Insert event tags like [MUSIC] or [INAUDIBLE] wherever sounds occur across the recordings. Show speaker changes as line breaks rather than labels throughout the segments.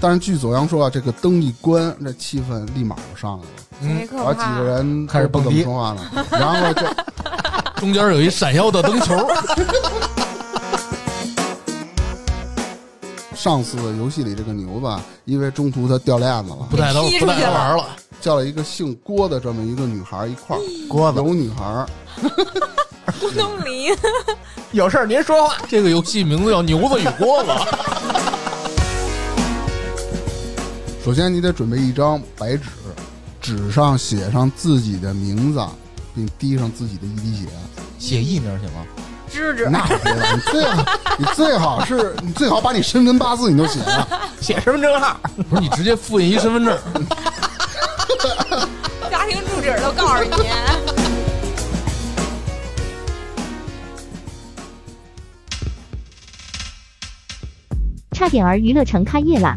但是据左阳说啊，这个灯一关，这气氛立马就上来了，然
贼可
后几
怕
个！人
开始
都不
蹦
怎么
迪
说话了， [LAUGHS] 然后就
中间有一闪耀的灯球，
上次游戏里这个牛吧，因为中途他掉链子了
不，带他不带他玩了。
叫了一个姓郭的这么一个女孩一块儿，
锅子
有女孩儿，
[LAUGHS] 不能离，
有事儿您说话。
这个游戏名字叫《牛子与锅子》，
首先你得准备一张白纸，纸上写上自己的名字，并滴上自己的一滴血。
写艺名行吗？
芝芝
那别了，你最好，你最好是，你最好把你生辰八字你都写了。
写身份证号，
不是，你直接复印一身份证，
家庭住址都告诉你。
差点儿娱乐城开业啦！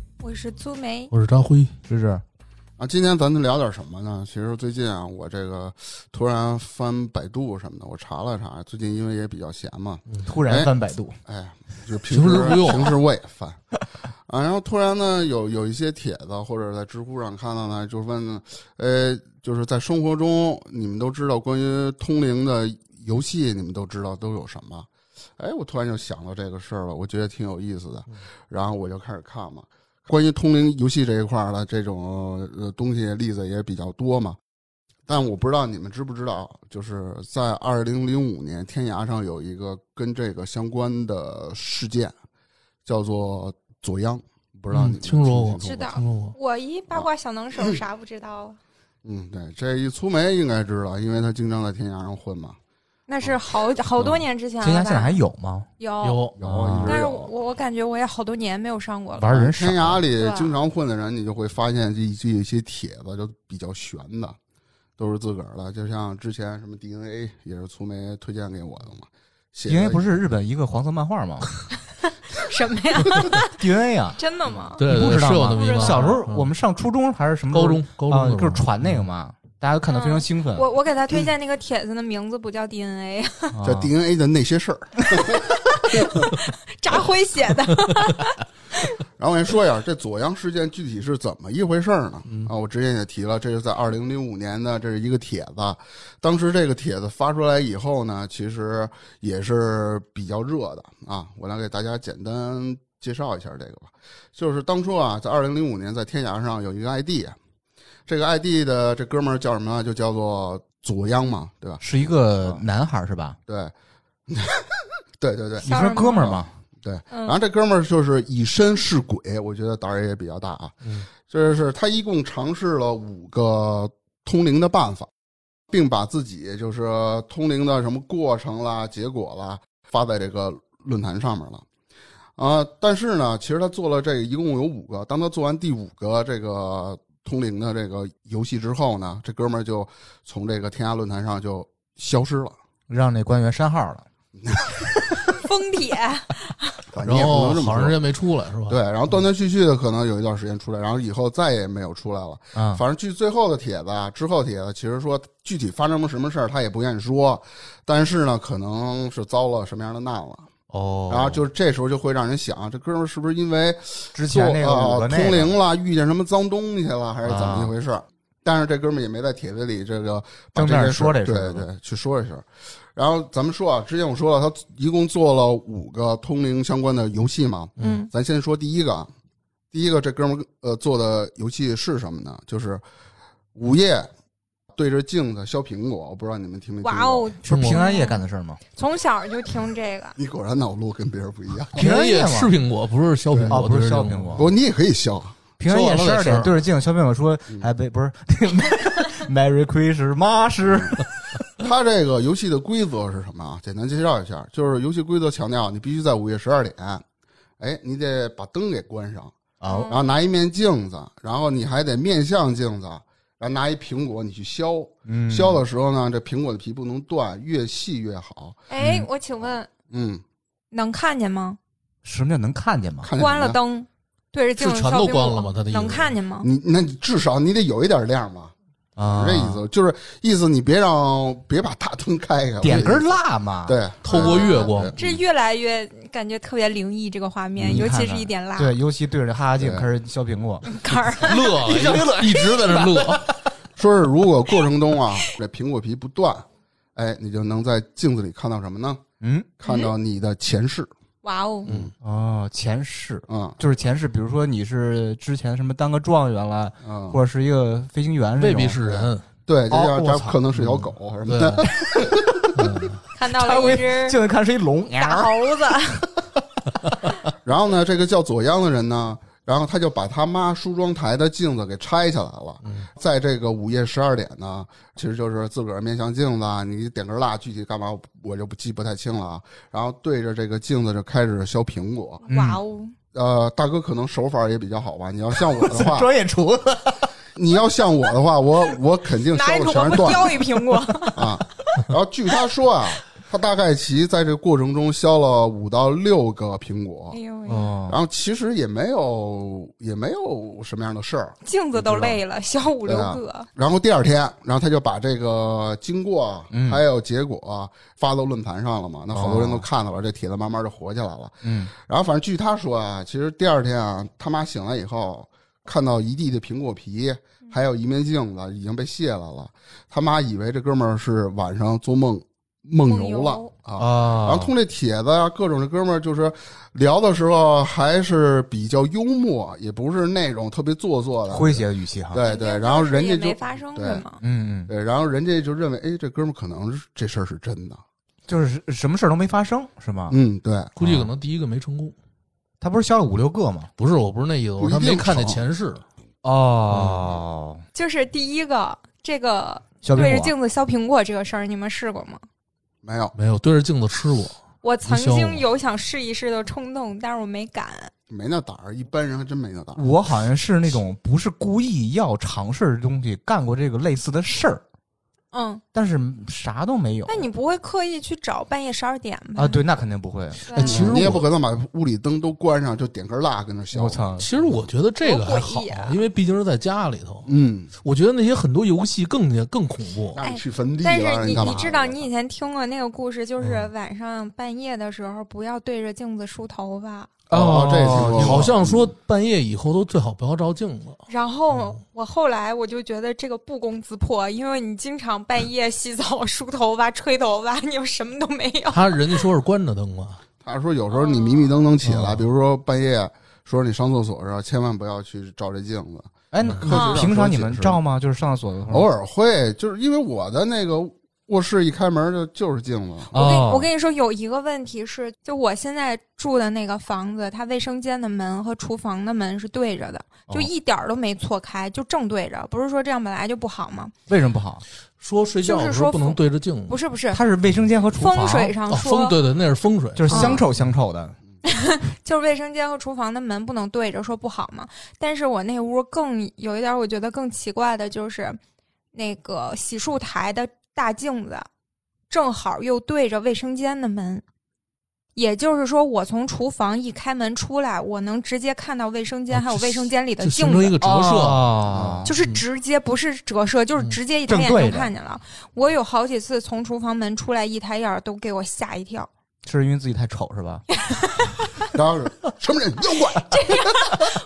[LAUGHS] 我是粗梅，
我是张辉，
芝芝，
啊。今天咱们聊点什么呢？其实最近啊，我这个突然翻百度什么的，我查了查，最近因为也比较闲嘛，
突然翻百度，
哎，就平时
嗯平时不用
平时我也翻啊。然后突然呢，有有一些帖子或者在知乎上看到呢，就问，呃，就是在生活中你们都知道关于通灵的游戏，你们都知道都有什么？哎，我突然就想到这个事儿了，我觉得挺有意思的，然后我就开始看嘛。关于通灵游戏这一块儿的这种呃东西例子也比较多嘛，但我不知道你们知不知道，就是在二零零五年，天涯上有一个跟这个相关的事件，叫做左央，不知道你们
嗯听说过
听
知道
听说过？
我一八卦小能手，啥不知道啊？
嗯，对，这一粗梅应该知道，因为她经常在天涯上混嘛。
那是好好多年之前
天涯
了
现在还
吧？
有吗？
有，
有
有，
啊
一直
但是
有
我我感觉我也好多年没有上过了。
玩人少
天，涯里
对
经常混的人，你就会发现这这一些帖子就比较悬的，都是自个儿的。就像之前什么 DNA 也是粗梅推荐给我的嘛，写的
因为不是日本一个黄色漫画吗
什么呀？ [LAUGHS]
？DNA 啊，
真的吗？
[LAUGHS] 对
你不
对，
知道
是有
吗
那么一个。
小时候
嗯
我们上初中还是什么时候
高中高
啊，
中
就是传那个嘛，大家都看得非常兴奋。
我我给他推荐那个帖子的名字不叫 DNA，
啊
叫 DNA 的那些事儿。
扎辉写的。
然后我先说一下这左阳事件具体是怎么一回事儿呢？啊，我之前也提了，这是在二零零五年的，这是一个帖子。当时这个帖子发出来以后呢，其实也是比较热的啊。我来给大家简单介绍一下这个吧。就是当初啊，在二零零五年，在天涯上有一个 ID，这个 ID 的这哥们儿叫什么呢？就叫做左央嘛，对吧？
是一个
嗯
男孩是吧？
对， [LAUGHS] 对对对。
你说哥们儿吗？
对，
嗯
然后这哥们儿就是以身试鬼，我觉得胆儿也比较大啊。
嗯
就是他一共尝试了五个通灵的办法，并把自己就是通灵的什么过程啦、结果啦发在这个论坛上面了。啊、但是呢，其实他做了这个一共有五个，当他做完第五个这个通灵的这个游戏之后呢，这哥们儿就从这个天涯论坛上就消失了。
让那官员删号了，
[LAUGHS] 封帖，
反正
然
也不
后
能这么
哦好长
说
时间没出来是吧？
对，，然后断
嗯
断续续的可能有一段时间出来，然后以后再也没有出来了。
啊，
反正据最后的帖子啊，之后帖子其实说具体发生了什么事儿，他也不愿意说，但是呢，可能是遭了什么样的难了。
哦，
然后就是这时候就会让人想，啊这哥们儿是不是因为
之
做
前那个五
呃
个那
通
个啊
灵了，遇见什么脏东西了，还是怎么一回事儿？但是这哥们儿也没在帖子里这个把
正面
件
说这事
对
儿嗯
对，去说这事儿。然后咱们说啊，之前我说了，他一共做了五个通灵相关的游戏嘛，
嗯，
咱先说第一个，啊，第一个这哥们儿呃做的游戏是什么呢？就是午夜对着镜子削苹果，我不知道你们听没听过。
哇哦！
是平安夜干的事儿吗？
从小就听这个，
你果然脑路跟别人不一样。
嗯平安夜
嘛
吃苹果，不是削苹
哦
果，
不是
对
削
对
苹果
不过你也可以削，
平安夜
说完
十
了这
二
事
点
儿嗯
对着镜，小朋友说：“哎，不不是 [LAUGHS] ，Merry Christmas，
它这个游戏的规则是什么啊？简单介绍一下，就是游戏规则强调你必须在午夜十二点，哎，你得把灯给关上，
嗯
哦，
然后拿一面镜子，然后你还得面向镜子，然后拿一苹果你去削，
嗯，
削的时候呢，这苹果的皮不能断，越细越好。
哎
嗯，
我请问
嗯，
能看见吗？
什么叫能看见吗？
看见
关
没
了灯，对着镜子
是全
烧
都
苹
关
果
了吗他的意思
能看见吗？
你那你至少你得有一点亮吧，
啊，
是这意思，就是意思你别让别把大灯开开，
点根
我也
蜡嘛。，
对，
透过月光
对，
这越来越感觉特别灵异，这个画面，
你
尤
看
其是
看
一点蜡
对，尤其对着哈哈镜
对
开始削苹果，
杆
[LAUGHS]
儿，
乐了，一直在那乐。
说是如果过程中啊，这苹果皮不断，哎，你就能在镜子里看到什么呢？
嗯，
看到你的前世，
哇哦，
嗯
哦，前世
嗯
就是前世，比如说你是之前什么当个状元了，
嗯，
或者是一个飞行员，
未必是。人，
对，这
哦
叫
我
它
操
可能是条狗什么
对
的，，
看到
他
了
会
一只
镜子看是一龙，
嗯大 [LAUGHS] 猴子，
然后呢，这个叫左央的人呢，然后他就把他妈梳妆台的镜子给拆下来了。
嗯
在这个午夜十二点呢，其实就是自个儿面向镜子啊，你点根蜡，具体干嘛我我就不记不太清了啊。然后对着这个镜子就开始削苹果。
哇哦，
呃，大哥可能手法也比较好吧？你要像我
[LAUGHS]
的话，
专业厨子，
你要像我的话，我我肯定
拿
削
一
的
镯
全是
子
段
叼一苹果，
啊。然后据他说啊，他大概其在这个过程中削了五到六个苹果。
哎呦喂，
哦，
[LAUGHS] 然后其实也没有也没有什么样的事儿。
镜子都累了，小五六个，
然后第二天，然后他就把这个经过
嗯
还有结果发到论坛上了嘛，那好多人都看到了，这帖子慢慢就火起来了。
嗯，
然后反正据他说啊，其实第二天啊，他妈醒来以后看到一地的苹果皮，
嗯
还有一面镜子已经被卸了了，他妈以为这哥们儿是晚上做梦梦
梦
游
游
了啊。
啊
然后通这帖子啊，各种这哥们儿就是聊的时候还是比较幽默，也不是那种特别做作的。
诙谐的语气
啊
哈，
对对，然后人家
也没
就
发生
对
什么，
嗯嗯，
对，然后人家就认为，哎，这哥们儿可能是这事儿是真的。
啊
就是什么事儿都没发生，是吗？
嗯，对，
估计可能第一个没成功。
他不是削了五六个吗？
不是，我不是那意思，
不
我
一
他没
定
看见
成
前世。
哦，
就是第一个这个
削
对着
苹果，
镜子削苹果这个事儿，你们试过吗？
没有
没有对着镜子吃过，
我曾
你削我
经有想试一试的冲动，但是我没敢。
没那胆儿，一般人还真没那胆儿。
我好像是那种不是故意要尝试的东西，干过这个类似的事儿，
嗯，
但是啥都没有。
那你不会刻意去找半夜十二点吧？
啊，对，那肯定不会。
对
哎其实
你也
我
不可能把屋里灯都关上，就点根蜡跟那削
我。操，
其实我觉得这个还
多
好
诡异啊，
因为毕竟是在家里头。
嗯，
我觉得那些很多游戏更更恐怖。
让你去坟地了，
哎但
让
是你
干嘛
你
了
知道，你以前听过那个故事，就是晚上半夜的时候不要对着镜子梳头发。
哦这也听说过
好像说半夜以后都最好不要照镜子。
然后我后来我就觉得这个不攻自破，因为你经常半夜洗澡、梳头发、吹头发，你又什么都没有。
他人家说是关着灯嘛，
他说有时候你迷迷瞪瞪起来，
哦
比如说半夜，说你上厕所的时候，千万不要去照这镜子。
哎，那
嗯
平常你们照吗？就是上厕所的时候，
偶尔会，就是因为我的那个卧室一开门就就是镜 [LAUGHS] 子，
我跟
哦
我跟你说，有一个问题是，就我现在住的那个房子，它卫生间的门和厨房的门是对着的，就
哦
一点儿都没错开，就正对着。不是说这样本来就不好吗？
为什么不好？
说睡觉的时候不能对着镜
不
子。
是不是，
它是卫生间和厨房，
风水上
哦，
说、
风对对，那是风水，
就是相臭相臭的。
就是卫生间和厨房的门不能对着，说不好嘛。但是我那屋更有一点，我觉得更奇怪的就是，那个洗漱台的大镜子正好又对着卫生间的门，也就是说，我从厨房一开门出来，我能直接看到卫生间
哦
还有
这
卫生间里的
就形
镜
成一
子。
个折射。
哦
嗯
就是直接不是折射，就是
嗯
直接一抬眼
正对
就
着
看见了。我有好几次从厨房门出来，一抬眼儿都给我吓
[LAUGHS]
一跳。
是因为自己太丑是 [LAUGHS] 吧？
然后是什么人妖怪，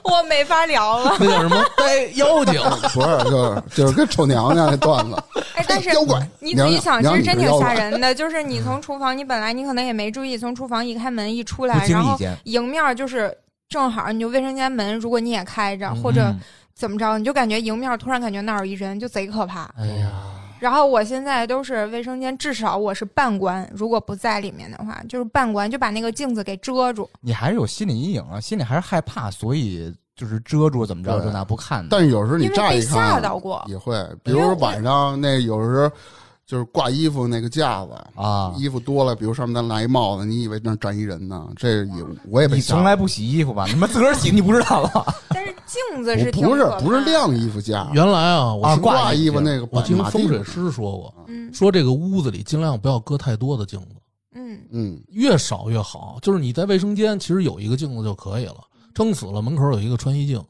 我没法聊了。
那叫什么？呆妖精，
[LAUGHS] 不是就是就是跟丑娘娘那段子，
哎，但是
妖怪，
你自己想，其实真挺吓
人。
人的。就是
嗯
你从厨房，你本来你可能也没注意，从厨房一开门一出
不
来，
经
然
意
后
间，
迎面就是正好，你就卫生间门，如果你也开着
嗯
或者怎么着，你就感觉迎面突然感觉那儿有一人，就贼可
啊
怕。
哎呀，
然后我现在都是卫生间，至少我是半关，如果不在里面的话，就是半关，就把那个镜子给遮住。
你还是有心理阴影啊，心里还是害怕，所以就是遮住怎么着
对
这那不看的。
但是有时候你
因为
乍
被
一
吓
看啊
到过，
也会，比如说晚上那有时候就是挂衣服那个架子，
啊，
衣服多了，比如上面再拿一帽子，你以为那站一人呢？这也我也被
你
吓
从
到。
来不洗衣服吧？你妈自个儿洗，你不知道吧？啊
镜子是挺
不是
可怕
不是
的
晾衣服架，
原来啊，我
啊
听
挂衣服那个
我
板
听
马
风
地
水
上
师说过，
嗯
说这个屋子里尽量不要搁太多的镜子，
嗯
嗯
越少越好。就是你在卫生间其实有一个镜子就可以了，撑死了门口有一个穿衣镜。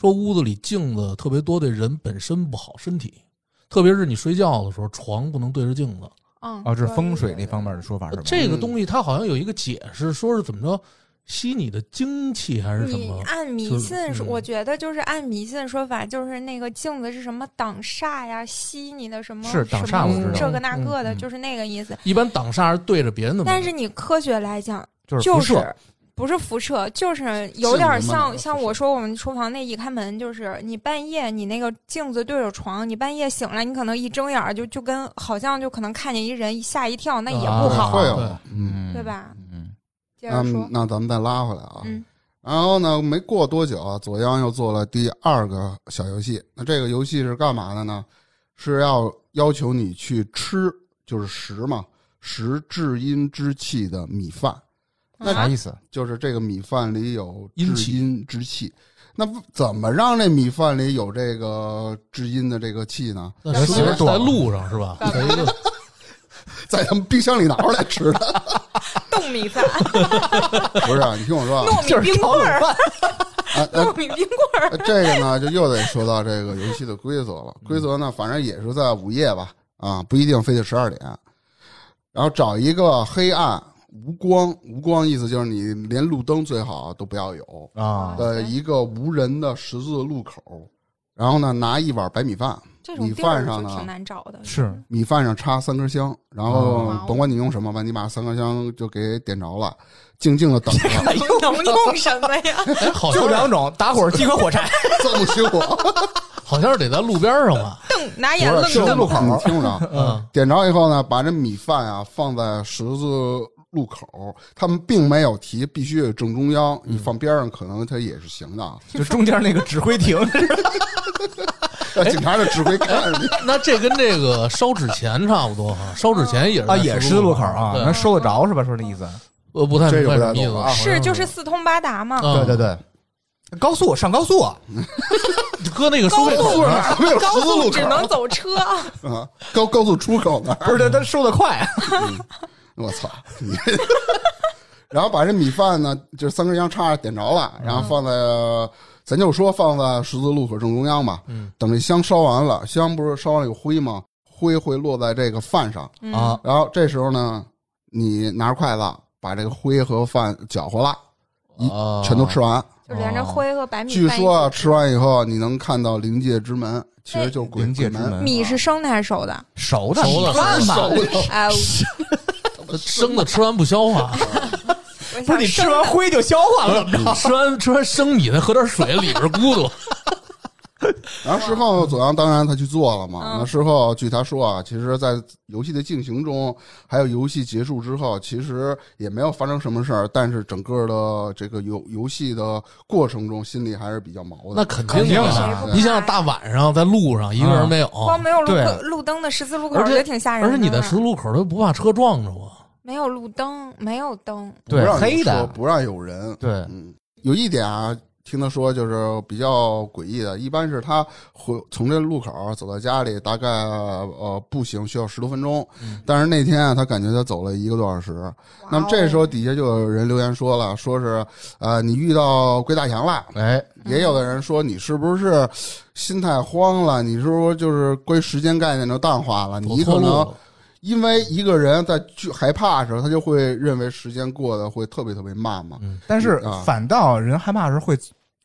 说屋子里镜子特别多，对人本身不好，身体，特别是你睡觉的时候，床不能对着镜子。
嗯
[LAUGHS] 哦，这是
对
风水那方面的说法是吧？
这个东西它好像有一个解释，说是怎么着吸你的精气还是什
你
么？
按迷
就是
信
嗯
说，我觉得就是按迷信说法，就是那个镜子是什么挡煞呀，吸你的什么
是
什么
挡煞我知道
这个那个的，
嗯嗯
就是那个意思。
一般挡煞是对着别人的门，
但是你科学来讲，
就是
就
辐
是
射
不是辐射，就是有点
镜子嘛那
像
个
像我说我们厨房那一开门，就是你半夜你那个镜子对着床，你半夜醒来，你可能一睁眼儿就就跟好像就可能看见一人，一吓一跳，那也不
啊
好，
会有
对
嗯，
对吧？
嗯，
接
那
着说，
那咱们再拉回来啊。
嗯
然后呢，没过多久啊，左央又做了第二个小游戏。那这个游戏是干嘛的呢？是要要求你去吃，就是食嘛，食至阴之气的米饭。那
啥
啊
意思？
就是这个米饭里有
阴
至
气
阴之气。那不怎么让这米饭里有这个至阴的这个气呢？
那
媳
是不
妇儿
是
多
在路上是吧？在一个
在他们冰箱里拿出来吃的，
冻米饭、
不是、啊？你听我说啊，
糯米冰棍儿、
啊啊
糯米冰棍儿，
呃这个呢，就又得说到这个游戏的规则了。规则呢，反正也是在午夜吧，啊，不一定非得十二点。然后找一个黑暗无光，无光意思就是你连路灯最好都不要有
啊
对
的一个无人的十字路口。然后呢，拿一碗白米饭，
这种
米
地儿
饭上
就
呢
挺难找的。
是
米饭上插三根香，然后
哦
甭管你用什么吧，你把三根香就给点着了，静静的等着，
能弄什么
[LAUGHS]
呀？
哎，好像
就两种，打火机和火柴。
这么辛苦。
[LAUGHS] 好像是得在路边上吧？
瞪拿眼
不
愣
是十字
瞪
路口， [LAUGHS] 你听着，
嗯，
点着以后呢，把这米饭啊放在十字路口，他们并没有提必须有正中央，你放边上可能它也是行的啊。
就中间那个指挥亭，
那警察就指挥看着你，
那这跟这个烧纸钱差不多哈，烧纸钱也是
[LAUGHS] 啊，
在
也
十
是
字
字
路
路口 [LAUGHS] 啊，
对
能收得着是吧？说这意思？
我不太
这
明
就
白
不太
什么意
懂了啊
思。
是就是四通八达嘛。
嗯
对，高速上高速啊，
嗯搁那个收
高
费
速
口那儿
哪儿没有
高
十字
速
路
只
口
能走车，
啊？ [LAUGHS] 高高速出口呢？
不是他他收得快，
我操！你然后把这米饭呢，就是三根香叉点着了，然后放在，咱就说放在十字路口正中央吧。
嗯
等这香烧完了，香不是烧完了有灰吗？灰会落在这个饭上。
嗯
啊，
然后这时候呢，你拿着筷子把这个灰和饭搅和了，一
哦
啊
全都吃完。
就连着灰和白米
据
饭一起。
说啊，吃完以后你能看到临界之门，其实就是鬼
临界之
鬼
门
米是生的还是熟的？
熟的
熟的
米饭吧？
熟的
哎，
[LAUGHS]
我
生的吃完不消化，
我
不是你
想
吃
生
完
的
灰就消化了，怎么
[LAUGHS]
着？
吃完吃完生米再喝点水，里边咕嘟。
然后事后左阳当然他去做了嘛。
嗯
那事后据他说啊，其实，在游戏的进行中，还有游戏结束之后，其实也没有发生什么事儿，但是整个的这个游游戏的过程中，心里还是比较毛
[LAUGHS]
的。
那肯
肯
定
定
的
的
谁不
对
怕
你想想，大晚上在路上一个人没有，
光没有路
对
灯路灯的十字路口
哦而且
也挺吓人
而
的
且
了。
你在十字路口都不怕车撞着我。
没有路灯，没有灯，
不
对
让你
黑的
说不让有人。
对
嗯，有一点啊，听他说就是比较诡异的，一般是他回从这路口走到家里，大概呃步行需要十多分钟，但是那天啊，他感觉他走了一个多小时。那么这时候底下就有人留言说了，说是呃你遇到鬼打墙了。
哎，
也有的人说你是不是心太慌了？你是不是就是关于时间概念就淡化了？
我
你
错
可
路
能
了
因为一个人在惧害怕的时候，他就会认为时间过得会特别特别慢嘛。
但是
啊
反倒人害怕的时候会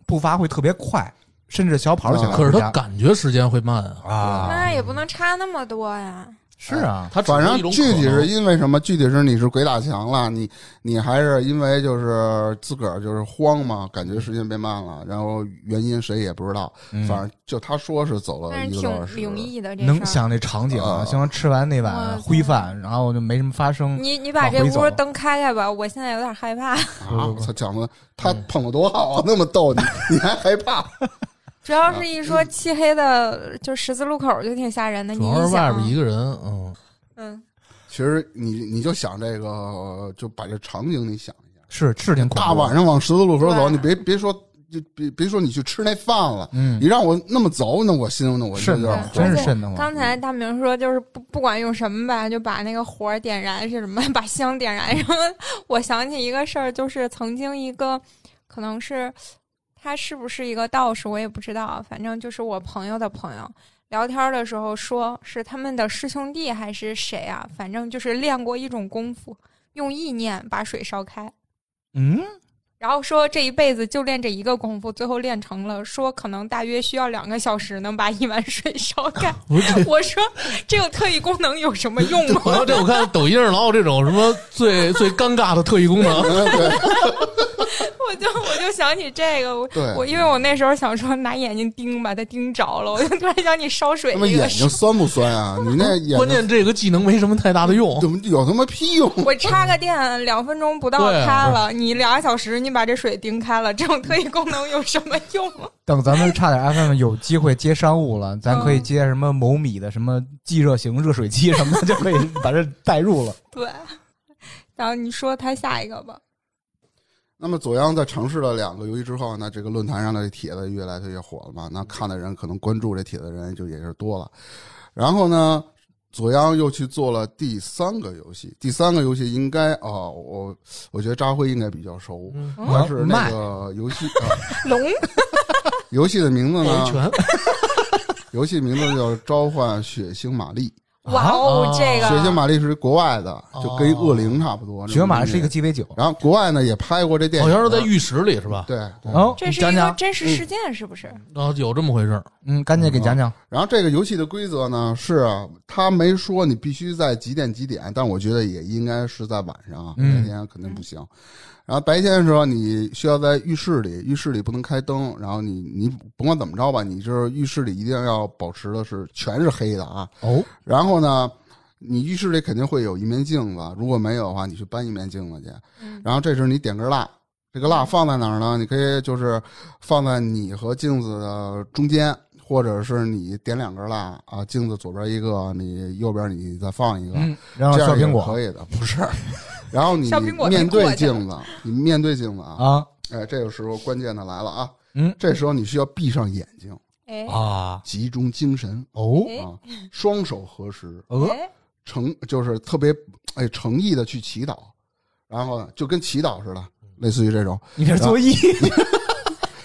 步伐会特别快，甚至小跑起来。
啊可是他感觉时间会慢啊。
啊，
哦那也不能差那么多呀。
是啊，
他只
反
是
正
一种
具体
可能
是因为什么？具体是你是鬼打墙了，你你还是因为就是自个儿就是慌嘛，感觉时间变慢了，然后原因谁也不知道。
嗯
反正就他说是走了
但是
一个多小
挺
时，
灵异的这事
能
儿。
想那场景
啊
啊，像吃完那碗灰饭，然后就没什么发生。
你你把
往
这
回
屋
走
灯开开吧，我现在有点害怕。
啊！我操，讲的他捧的多好啊，那么逗你，你还害怕？
主要是一说漆黑的，就十字路口就挺吓人的。
啊嗯主
你
要是外
想，
边一个人，嗯，
嗯，
[LAUGHS] 其实你你就想这个，就把这场景你想一下，
是是挺恐怖的
大晚上往十字路口走，
对啊
你别别说就别别说你去吃那饭了，
嗯
你，让我那么走，那我心那我啊心
是
有点
的
慌，。
真是瘆
嗯
得慌。
刚才大明说，就是不不管用什么吧，就把那个火儿点燃是什么， [LAUGHS] 把香点燃。然后我想起一个事儿，就是曾经一个，可能是他是不是一个道士，我也不知道。啊反正就是我朋友的朋友聊天的时候说，是他们的师兄弟还是谁啊？反正就是练过一种功夫，用意念把水烧开。
嗯，
然后说这一辈子就练这一个功夫，最后练成了，说可能大约需要两个小时能把一碗水烧开。
[LAUGHS] 不是这
我说这个特异功能有什么用
好
吗？ [LAUGHS]
像这我看抖音上老有这种什么最最尴尬的特异功能，
嗯 [LAUGHS] 对
我就我就想起这个，我
对，
我因为我那时候想说拿眼睛盯把它盯着了，我就突然想起烧水
他妈
这
眼
个
睛
事。
酸不酸啊？你那眼
关
睛
键这个技能没什么太大的用。
怎么有他妈屁用？啊
[LAUGHS] 我插个电，两分钟不到
对啊
开了，你俩小时你把这水盯开了，这种特异功能有什么用 [LAUGHS] 啊？
等咱们差点 FM 有机会接商务了，咱
嗯
可以接什么某米的什么即热型热水器什么的，就可以把这带入了。
对。然后你说他下一个吧，
那么左央在尝试了两个游戏之后，那这个论坛上的帖子越来越火了嘛？那看的人可能关注这帖子的人就也是多了。然后呢，左央又去做了第三个游戏，第三个游戏应该啊、我我觉得扎辉应该比较熟，
嗯
嗯
但是那
卖
个游戏、啊、
龙
游戏的名字
[LAUGHS] 有一
呢，
拳，
游戏名字叫《召唤血腥玛丽》。
哇哦
啊，
这个
血腥玛丽是国外的，
哦
就跟恶灵差不多。
雪马是一个
这么东西，
鸡尾酒，
然后国外呢也拍过这电
好
影，
像是在浴室里是吧？
对。对
哦，
这是
讲
一个
讲，
真实事件，是不是？
然后有这么回事儿，
嗯，赶紧给讲讲。
然后这个游戏的规则呢是，啊他没说你必须在几点几点，但我觉得也应该是在晚上啊，
嗯
白天肯定不行。然后白天的时候，你需要在浴室里，浴室里不能开灯，然后你你甭管怎么着吧，你就是浴室里一定要保持的是全是黑的啊。
哦，
然后呢，你浴室里肯定会有一面镜子，如果没有的话，你去搬一面镜子去。
嗯
然后这时候你点根蜡，这个蜡放在哪儿呢？你可以就是放在你和镜子的中间，或者是你点两根蜡啊，镜子左边一个，你右边你再放一个，
嗯，然后
这
削
样也
苹果
可以的，不是。然后你
削苹果太
面
过
对
去了
镜子，你面对镜子啊，
啊，
哎，这个时候关键的来了啊，
嗯
这时候你需要闭上眼睛，
哎
啊，
集中精神
哦，
哎
啊，双手合十，
呃，
哎，
诚就是特别哎诚意的去祈祷，然后呢就跟祈祷似的，类似于这种
你这是作揖，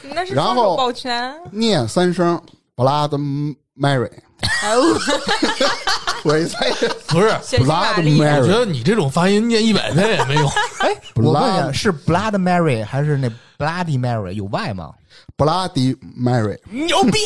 你那是
然后
双手抱拳，
念三声 Blood Mary，
哎呦，
我一猜
不是？
血腥玛
Blood
丽，
我觉
Mary，
得你这种发音念一百遍也没用。
我问一下，
Blood
是 Blood Mary 还是那 Bloody Mary 有 Y 吗？
Bloody Mary
牛逼！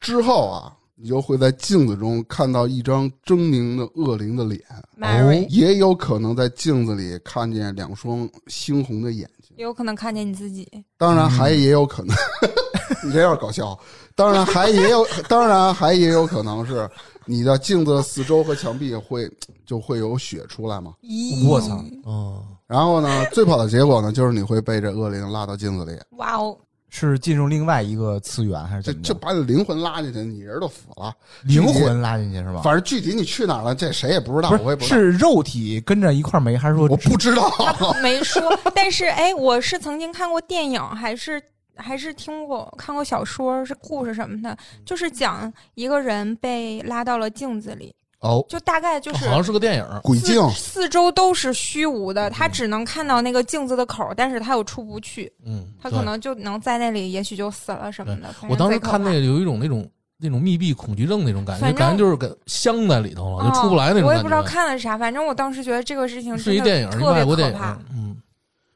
之后啊，你就会在镜子中看到一张狰狞的恶灵的脸，
Mary，
也有可能在镜子里看见两双猩红的眼睛，
有可能看见你自己。
当然还也有可能，
嗯
[LAUGHS] 你这有点搞笑，当然还也有， [LAUGHS] 当然还也有可能是你的镜子四周和墙壁会就会有血出来嘛。
咦，
我操！
嗯，
然后
[LAUGHS]
呢，最好的结果呢，就是你会被这恶灵拉到镜子里，
哇哦，
是进入另外一个次元还是
就
怎么
就
着？
把你灵魂拉进去，你人都死了。
灵魂拉进去是吧？
反正具体你去哪儿了，这谁也不知道，我也
不
不
是
知道，
是肉体跟着一块儿没，还是说
我不知道。 [LAUGHS]
没说。但是哎，我是曾经看过电影，还是还是听过看过小说，是故事什么的，就是讲一个人被拉到了镜子里，
哦
就大概就是
好像是嗯个电影，
鬼
四
镜，
四周都是虚无的，他只能看到那个镜子的口儿，但是他又出不去，
嗯，
他
对
可能就能在那里，也许就死了什么的。反正
我当时
贼可
看那
怕
个有一种那种那种密闭恐惧症那种感觉，
反正
感觉就是给镶在里头了，就
哦
出不来那种
我
感
也
觉。
不知道看的啥，反正我当时觉得这个事情
是一
真的
电影，一
特
外
别
国
可
电影
怕。，
嗯，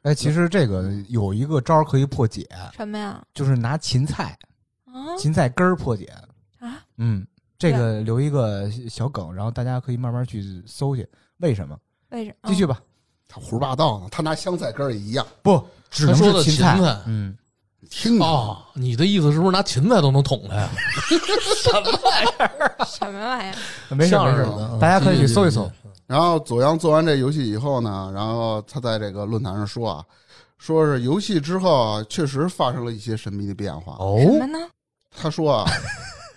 哎，其实这个有一个招儿可以破解，
什么呀？
就是拿芹菜
啊
芹菜根儿破解。
啊！
嗯，这个留一个小梗，然后大家可以慢慢去搜去。为什么？
为什么？
继续吧，
他胡说八道呢，他拿香菜根儿也一
哦
样，
不，只能
他说的
是芹菜。
芹菜
嗯，
听着
哦，你的意思是不是拿芹菜都能捅他呀？
哦什么玩意儿？
嗯没事
像
没
是
事
什，么
的
大家可以去搜一搜。
然后左阳做完这游戏以后呢，然后他在这个论坛上说啊，说是游戏之后啊，确实发生了一些神秘的变化。
哦
什么呢？
他说
[LAUGHS]
啊，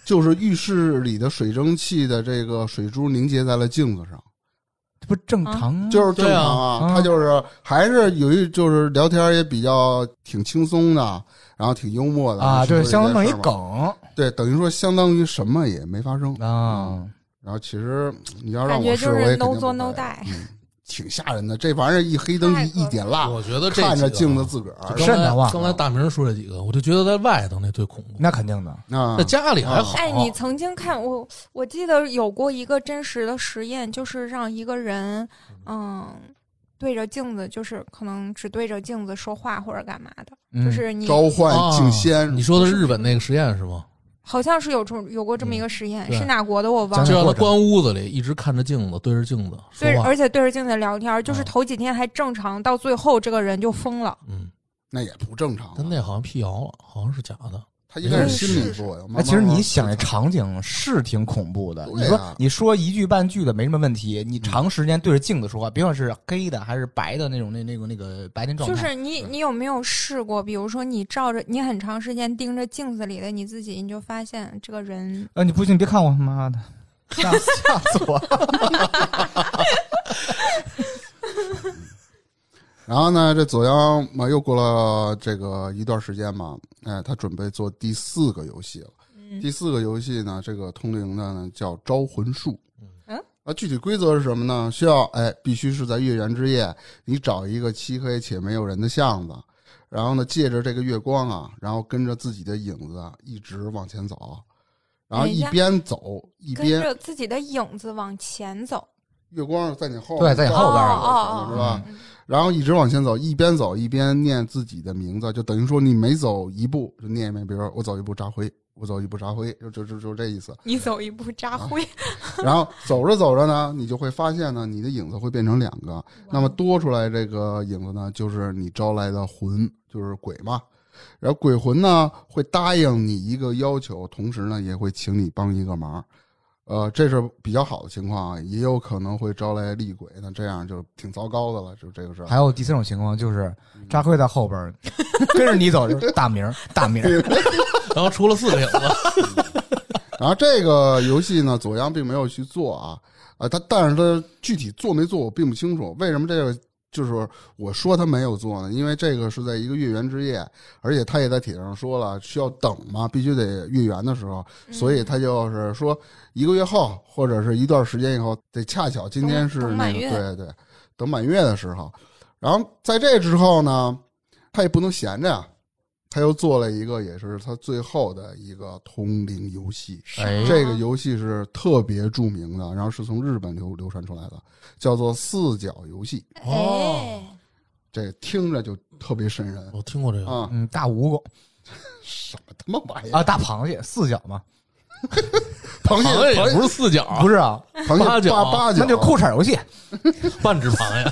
就是浴室里的水蒸气的这个水珠凝结在了镜子上，
不正
啊
常？
就是正常
嗯对
啊，
啊
他就是还是有一就是聊天也比较挺轻松的，然后挺幽默的
啊，就是相当
等
于一，梗
对，等于说相当于什么也没发生。
啊。
然后其实嗯你要让
感觉
我试，
就
我
是
也
no
肯定不
做 no
会
die。
嗯，挺吓人的。这玩意儿一黑灯
太可
一一点蜡，
啊我觉得这
看着
几个
镜子自个
就
儿
啊刚
是
才
的哇
刚才大明说这几个，我就觉得在外头那最恐怖，
那肯定的，
啊
在，家里还好。 [LAUGHS] 啊
哎，你曾经看我，我记得有过一个真实的实验，就是让一个人，嗯，对着镜子，就是可能只对着镜子说话或者干嘛的，
嗯
就是你
召唤
啊
敬仙，
你说的是日本那个实验是吗？
好像是有这么有过这么一个实验，
嗯对
是哪国的我忘
讲
就
讲
了。
让他关屋子里，一直看着镜子，对着镜子说
对，
话。
而且对着镜子聊天，就是
嗯
头几天还正常，到最后这个人就疯了。
嗯，
那也不正常啊。
但那好像辟谣了，好像是假的。
他一开
没
始
事
心理作用，慢
哎，
慢
其实
慢
你
慢
想这
自己
场景是挺恐怖的。
对
你
啊
说你说一句半句的没什么问题，你长时间对着镜子说话，别管是黑的还是白的那种那那个那个白天状
就
态，
是你，你有没有试过？比如说，你照着你很长时间盯着镜子里的你自己，你就发现这个人
呃，你不信你别看我，妈的，
[LAUGHS]
吓吓死我！
然后呢，这左央嘛，又过了这个一段时间嘛，哎，他准备做第四个游戏了。
嗯
第四个游戏呢，这个通灵的呢叫招魂术。
嗯
啊，具体规则是什么呢？需要哎，必须是在月圆之夜，你找一个漆黑且没有人的巷子，然后呢，借着这个月光啊，然后跟着自己的影子啊，一直往前走，然后
哎
一
呀
边走一
跟
边
着自己的影子往前走，
月光在你后
对在你后边儿
照着
哦
你
哦
是吧？
嗯
然后一直往前走，一边走一边念自己的名字，就等于说你每走一步就念一遍，比如说我走一步扎灰，我走一步扎灰，就就就就这意思。
你走 [LAUGHS] 一步
啊
扎灰，
然后走着走着呢，你就会发现呢，你的影子会变成两个，那么多出来这个影子呢，就是你招来的魂，就是鬼嘛。然后鬼魂呢会答应你一个要求，同时呢也会请你帮一个忙。呃，这是比较好的情况啊，也有可能会招来厉鬼，那这样就挺糟糕的了，就这个事儿。
还有第三种情况就是扎辉在后边儿跟着你走，就是大名儿大名儿，
然后出了四个影子，
然后这个游戏呢，左阳并没有去做啊，呃，他但是他具体做没做我并不清楚。为什么这个就是我说他没有做呢？因为这个是在一个月圆之夜，而且他也在帖上说了，需要等嘛，必须得月圆的时候， [LAUGHS]
嗯
所以他就是说一个月后或者是一段时间以后，得恰巧今天是
等等
那
满
个
月
对对，等满月的时候，然后在这之后呢，他也不能闲着呀、他又做了一个，也是他最后的一个通灵游戏。
嗯
哎
这个游戏是特别著名的，然后是从日本流流传出来的，叫做四角游戏。
哦
哎，
这个听着就特别瘆
哦
人
我听过这个。
啊！
嗯，大蜈蚣
什么他妈玩意儿？
啊，大螃蟹四脚嘛，
螃
螃
蟹
蟹也
螃
不是四角，
不是啊，
螃蟹
八角
八八
那
角，
就裤衩游戏，
半只螃蟹。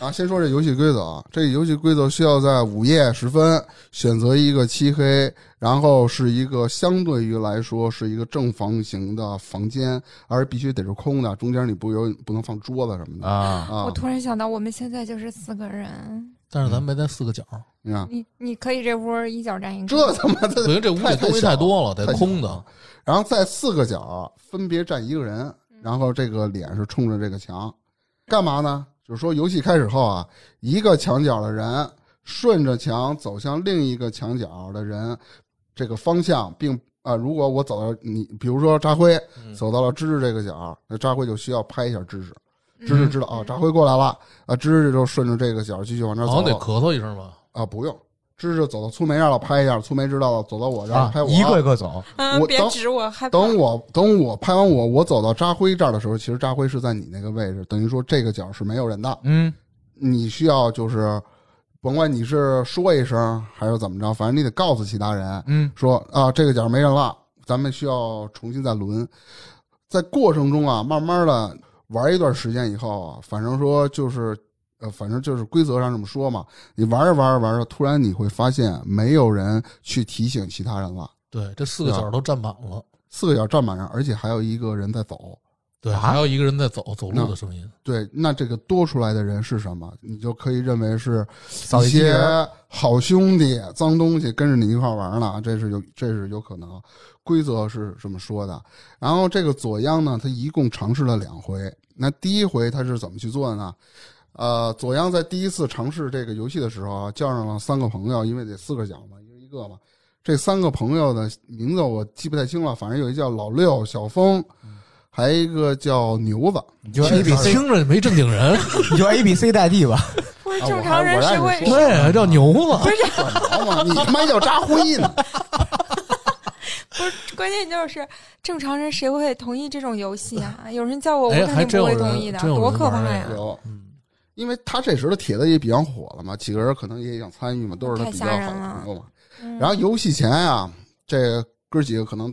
啊，先说这游戏规则啊，这游戏规则需要在午夜时分选择一个漆黑，然后是一个相对于来说是一个正方形的房间，而必须得是空的，中间你不有不能放桌子什么的
啊。
啊
我。突然想到，我们现在就是四个人，
但是咱没在四个角，
你看，
你你可以这屋儿一脚站一
啊这
个，
他妈的
我觉得这屋里东西太多了，得空的。
然后在四个角分别站一个人，然后这个脸是冲着这个墙，干嘛呢？就是说游戏开始后啊，一个墙角的人顺着墙走向另一个墙角的人这个方向，并啊、如果我走到你，比如说扎辉
嗯
走到了芝芝这个角，那扎辉就需要拍一下芝芝，
嗯
芝芝知道啊、扎辉过来了啊，芝芝就顺着这个角继续往这
好
走
像得咳嗽一声吧？
啊，不用。芝芝走到粗梅这儿了，拍一下。粗梅知道了，走到我这儿、
啊
拍，我。
一个一个走，
嗯，
我
别
等
指我，
[LAUGHS]
害怕。
等我等我拍完我我走到扎辉这儿的时候，其实扎辉是在你那个位置，等于说这个角是没有人的。
嗯，
你需要就是，甭管你是说一声还是怎么着，反正你得告诉其他人，
嗯，
说啊这个角没人了，咱们需要重新再轮。在过程中啊，慢慢的玩一段时间以后啊，反正说就是。呃，反正就是规则上这么说嘛。你玩着玩着玩着，突然你会发现没有人去提醒其他人了，
对，这四个角都占满了。
四个角站满人，而且还有一个人在走。
对，
啊
还有一个人在走走路的声音，
对，那这个多出来的人是什么？你就可以认为是
扫
一
地机器
些
人儿
好兄弟、脏东西跟着你一块儿玩儿呢，这是有这是有可能，规则是这么说的。然后这个左央呢，他一共尝试了两回。那第一回他是怎么去做的呢？呃，左央在第一次尝试这个游戏的时候啊，叫上了三个朋友，因为得四个角嘛，一人一个嘛。这三个朋友的名字我记不太清了，反正有一叫老六、小峰，还有一个叫牛子。
你就 A
听
B
着
C，
听着没正经人，
你 [LAUGHS] 就 A B C 代替吧。
不是
啊
正
我
常
还
人
我
谁
让你
会
说
对，叫牛
不
子，
是
管着吗？你他妈叫扎灰
[LAUGHS]
呢！
哎不是，关键就是正常人谁会同意这种游戏
[LAUGHS]
啊？有人叫我，我
哎
肯
还
定
真
不会
有人
同意的，
真有人
多可
玩
怕
这
呀！
有，
嗯，
因为他这时候的帖子也比较火了嘛，几个人可能也想参与嘛，都是他比较好
太吓
的
人了
朋友嘛。
嗯
然后游戏前啊，这哥几个可能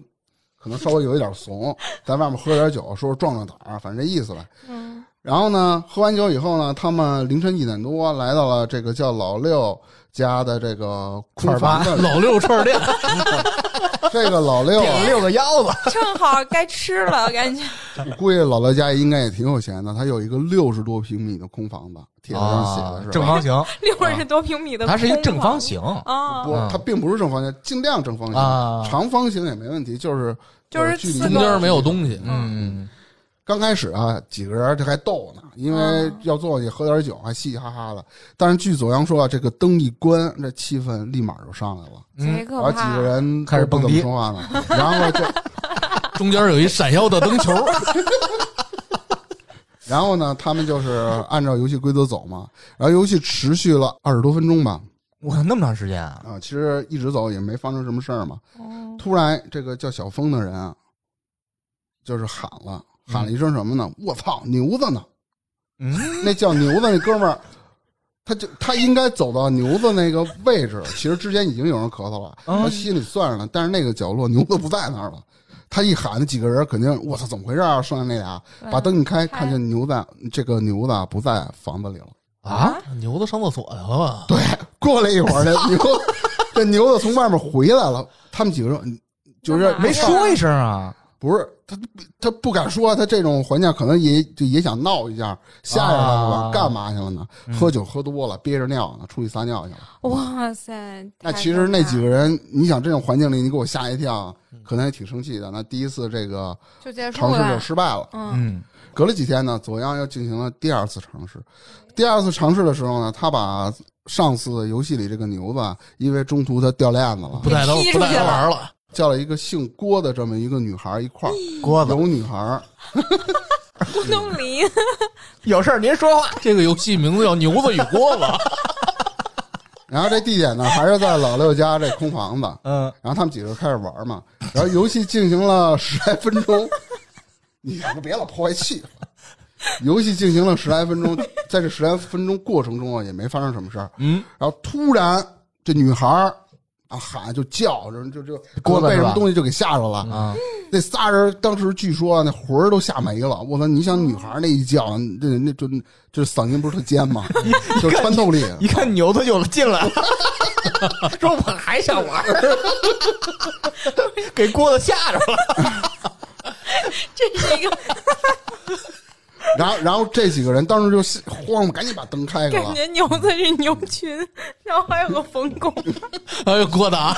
可能稍微有一点
[LAUGHS]
怂，在外面喝点酒，说是壮壮胆儿，反正这意思吧。
嗯，
然后呢，喝完酒以后呢，他们凌晨一点多来到了这个叫老六家的这个空房的，
老六串店，
[LAUGHS] 这个老
[LAUGHS]
六啊
[LAUGHS] 六个腰 [LAUGHS] 子，
正好该吃了，
[LAUGHS]
感觉
我估计老刘家应该也挺有钱的，他有一个六十多平米的空房子，帖子上写的是吧
啊正方形，
六十多平米的，
它是一个正方形
啊，
不，它并不是正方形，尽量正方形，
啊。
长方形也没问题，就是
就是
距离
四
[LAUGHS] 中
个
间没有东西，
嗯，
刚开始啊，几个人这还逗呢，因为
嗯
要坐下喝点酒，还嘻嘻哈哈的。但是据左阳说啊，这个灯一关，这气氛立马就上来了，
嗯
贼
嗯
可
然后几
怕
个。人
开始
都不怎
蹦
么
迪
说话呢，然
[LAUGHS]
后就
中间有一闪耀的灯球，
然后呢，他们就是按照游戏规则走嘛，然后游戏持续了二十多分钟吧，
我那么长时间啊！
啊，其实一直走也没发生什么事儿嘛。
哦
突然，这个叫小峰的人啊，就是喊了，喊了一声什么呢？我操，牛子呢？
嗯，
那叫牛子那哥们儿，他就他应该走到牛子那个位置。其实之前已经有人咳嗽了，
嗯
他心里算着呢，但是那个角落牛子不在那儿了。他一喊，那几个人肯定我操，怎么回事啊？剩下那俩
嗯
把灯一开，
开
看见牛子这个牛子啊不在房子里了。
[LAUGHS] 啊，牛子上厕所去了吧？对，
过了一会儿，这牛这牛子从外面回来了，他们几个人就是
干嘛
没说一声啊！
不是他不他不敢说，他这种环境可能也就也想闹一下，吓吓他们吧，
啊
干嘛去了呢？喝酒喝多了，憋着尿呢，出去撒尿去了。
哇塞！
那
太
其
可
实那
怕
几个人，你想这种环境里，你给我吓一跳，
嗯
可能也挺生气的。那第一次这个
就结束
尝试就
了，
失败了。
嗯，
嗯，
隔了几天呢，左阳又进行了第二次尝试。第二次尝试的时候呢，他把上次游戏里这个牛子，因为中途他掉链子了
不，带他
踢出去
不带他玩了，
叫了一个姓郭的这么一个女孩一块儿，
锅子
有女孩儿
郭冬临，
有事儿您说话。
这个游戏名字叫《牛子与锅子》， [LAUGHS]
然后这地点呢，还是在老六家这空房子。
嗯，
然后他们几个开始玩嘛，然后游戏进行了十来分钟，你两个别老破坏气氛。游戏进行了十来分钟，在这十来分钟过程中啊，也没发生什么事儿。
嗯，
然后突然这女孩儿啊喊就叫，就就就
郭子
被
是
什么
吧
东西就给吓着了。
啊，
那仨人当时据说啊，那魂儿都吓没了。我操！你想女孩儿那一叫，那那就就嗓音不是特尖
[LAUGHS]
嘛，就是穿透力。
一看牛子就进来了，说我还想玩儿，给锅子吓着了。
[LAUGHS] 这是一个
[LAUGHS] 然后然后这几个人当时就吓慌了，赶紧把灯开开
感
了。
觉牛子是牛群，然后还有个冯巩， [LAUGHS]
[LAUGHS] 哎呦，郭达，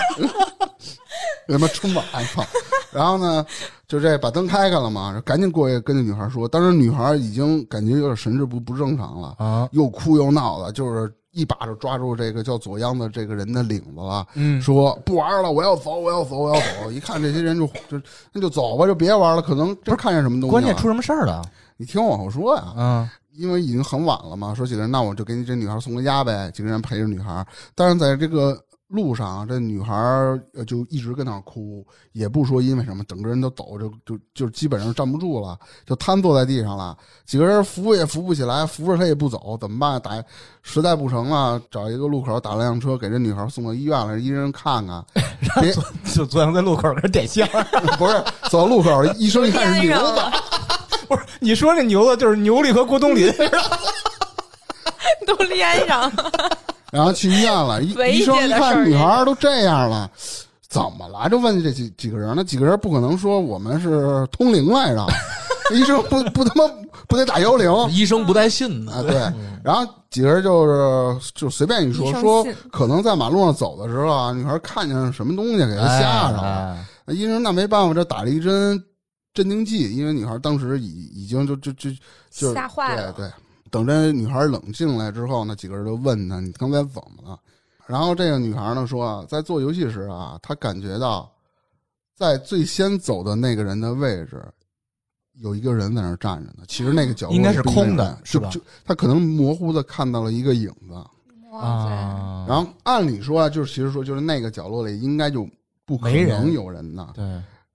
什么春晚，操！然后呢，就这把灯开开了嘛，赶紧过去跟那女孩说。当时女孩已经感觉有点神志不不正常了，
[LAUGHS] 啊，
又哭又闹的，就是一把就抓住这个叫左央的这个人的领子了，
嗯，
说不玩了，我要走，我要走，我要走。一看这些人就就那就走吧，就别玩了。可能不是看见什么东西了，
关键出什么事儿了？
你听我往后说呀、
嗯，
因为已经很晚了嘛，说几个人，那我就给你这女孩送回家呗，几个人陪着女孩。但是在这个路上，这女孩呃就一直跟那儿哭，也不说因为什么，整个人都抖，就就就基本上站不住了，就瘫坐在地上了。几个人扶也扶不起来，扶着她也不走，怎么办？打实在不成了，找一个路口打了辆车，给这女孩送到医院了，一人看看。 [LAUGHS] 别
就昨天在路口给人点香。
不是走到路口，医生一看是
天
牛
上
的，
了
[LAUGHS] 不是，你说那牛子就是牛力和郭 [LAUGHS] 冬临，
都连上了，
然后去医院
[LAUGHS]
了，医
唯一
医生
见
一
的事儿
看女孩儿都这样了，
[LAUGHS]
怎么了？就问这几几个人，那几个人不可能说我们是通灵来着，医生不不他妈不得打幺零
医生不带信
啊？
的，
对。然后几个人就是就随便一说
医生
说
信，
可能在马路上走的时候啊，女孩看见什么东西给她吓着了。
哎
那医生那没办法，这打了一针镇定剂，因为女孩当时已已经就就就就
吓坏了
对对，等这女孩冷静来之后呢，几个人就问她：“你刚才怎么了？”然后这个女孩呢说：“啊，在做游戏时啊，她感觉到在最先走的那个人的位置。”有一个人在那儿站着呢，其实那个角落
应该是
并没有
空的
人
是吧
就就他可能模糊的看到了一个影子，
哇塞，
啊，
然后按理说啊，就是其实说就是那个角落里应该就不可
没人
能有人的，
对，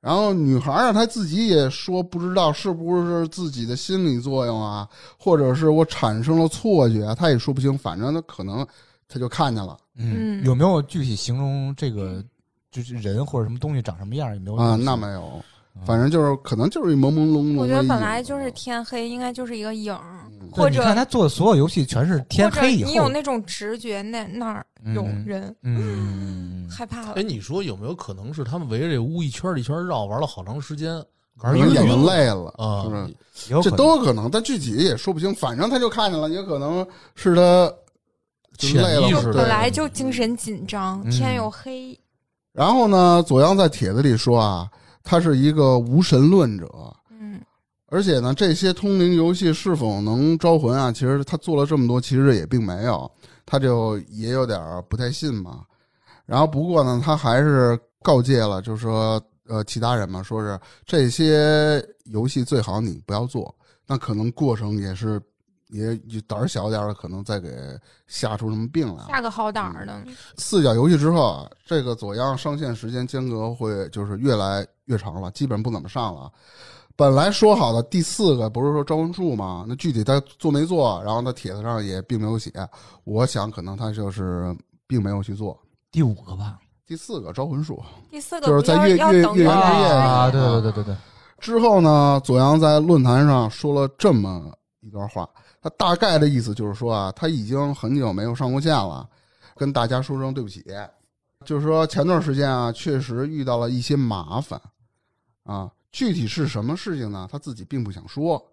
然后女孩儿啊，她自己也说不知道是不是自己的心理作用啊，或者是我产生了错觉啊，她也说不清。反正她可能她就看见了
嗯
有没有具体形容这个就是人或者什么东西长什么样？有没有
啊、
具体
那没有，反正就是可能就是一朦朦胧胧的
我觉得
影
本来就是
子
天黑，应该就是一个影儿，
嗯
对
或
你
者
看他做的所有游戏全是天
或者
黑以
你有
后，
那种直觉，那那儿有
嗯
人，
嗯，
害怕了
[LAUGHS] 哎，。你说有没有可能是他们围着这屋一圈儿一圈儿绕，玩了好长时间，
可
玩
能
晕
眼睛
了
累了
啊
是不是
有可
这
能
都有可能，但具体也说不清。反正她就看见了，也可能是她就
潜
累了
意
嘛
识
对
本来就精神紧张，
嗯
天又黑，
然后呢，左阳在帖子里说啊，他是一个无神论者，
嗯，
而且呢，这些通灵游戏是否能招魂啊？其实他做了这么多，其实也并没有，他就也有点儿不太信嘛。然后不过呢，他还是告诫了，就是说呃，其他人嘛，说是这些游戏最好你不要做，那可能过程也是也也胆儿小点儿的，可能再给吓出什么病来啊。
下个好胆儿的，
四角游戏之后啊，这个左样上线时间间隔会就是越来越长了，基本不怎么上了啊。本来说好的第四个不是说招魂术吗？那具体他做没做？然后他帖子上也并没有写，我想可能他就是并没有去做。
第五个
啊
吧
第四个招魂术
第四个
就是
不
在
要
月
要
月
等
月
于
圆之夜
啊，
啊
对对对对对
之后呢，左阳在论坛上说了这么一段话，他大概的意思就是说啊，他已经很久没有上过线了，跟大家说声对不起，就是说前段时间啊，确实遇到了一些麻烦啊，具体是什么事情呢？他自己并不想说。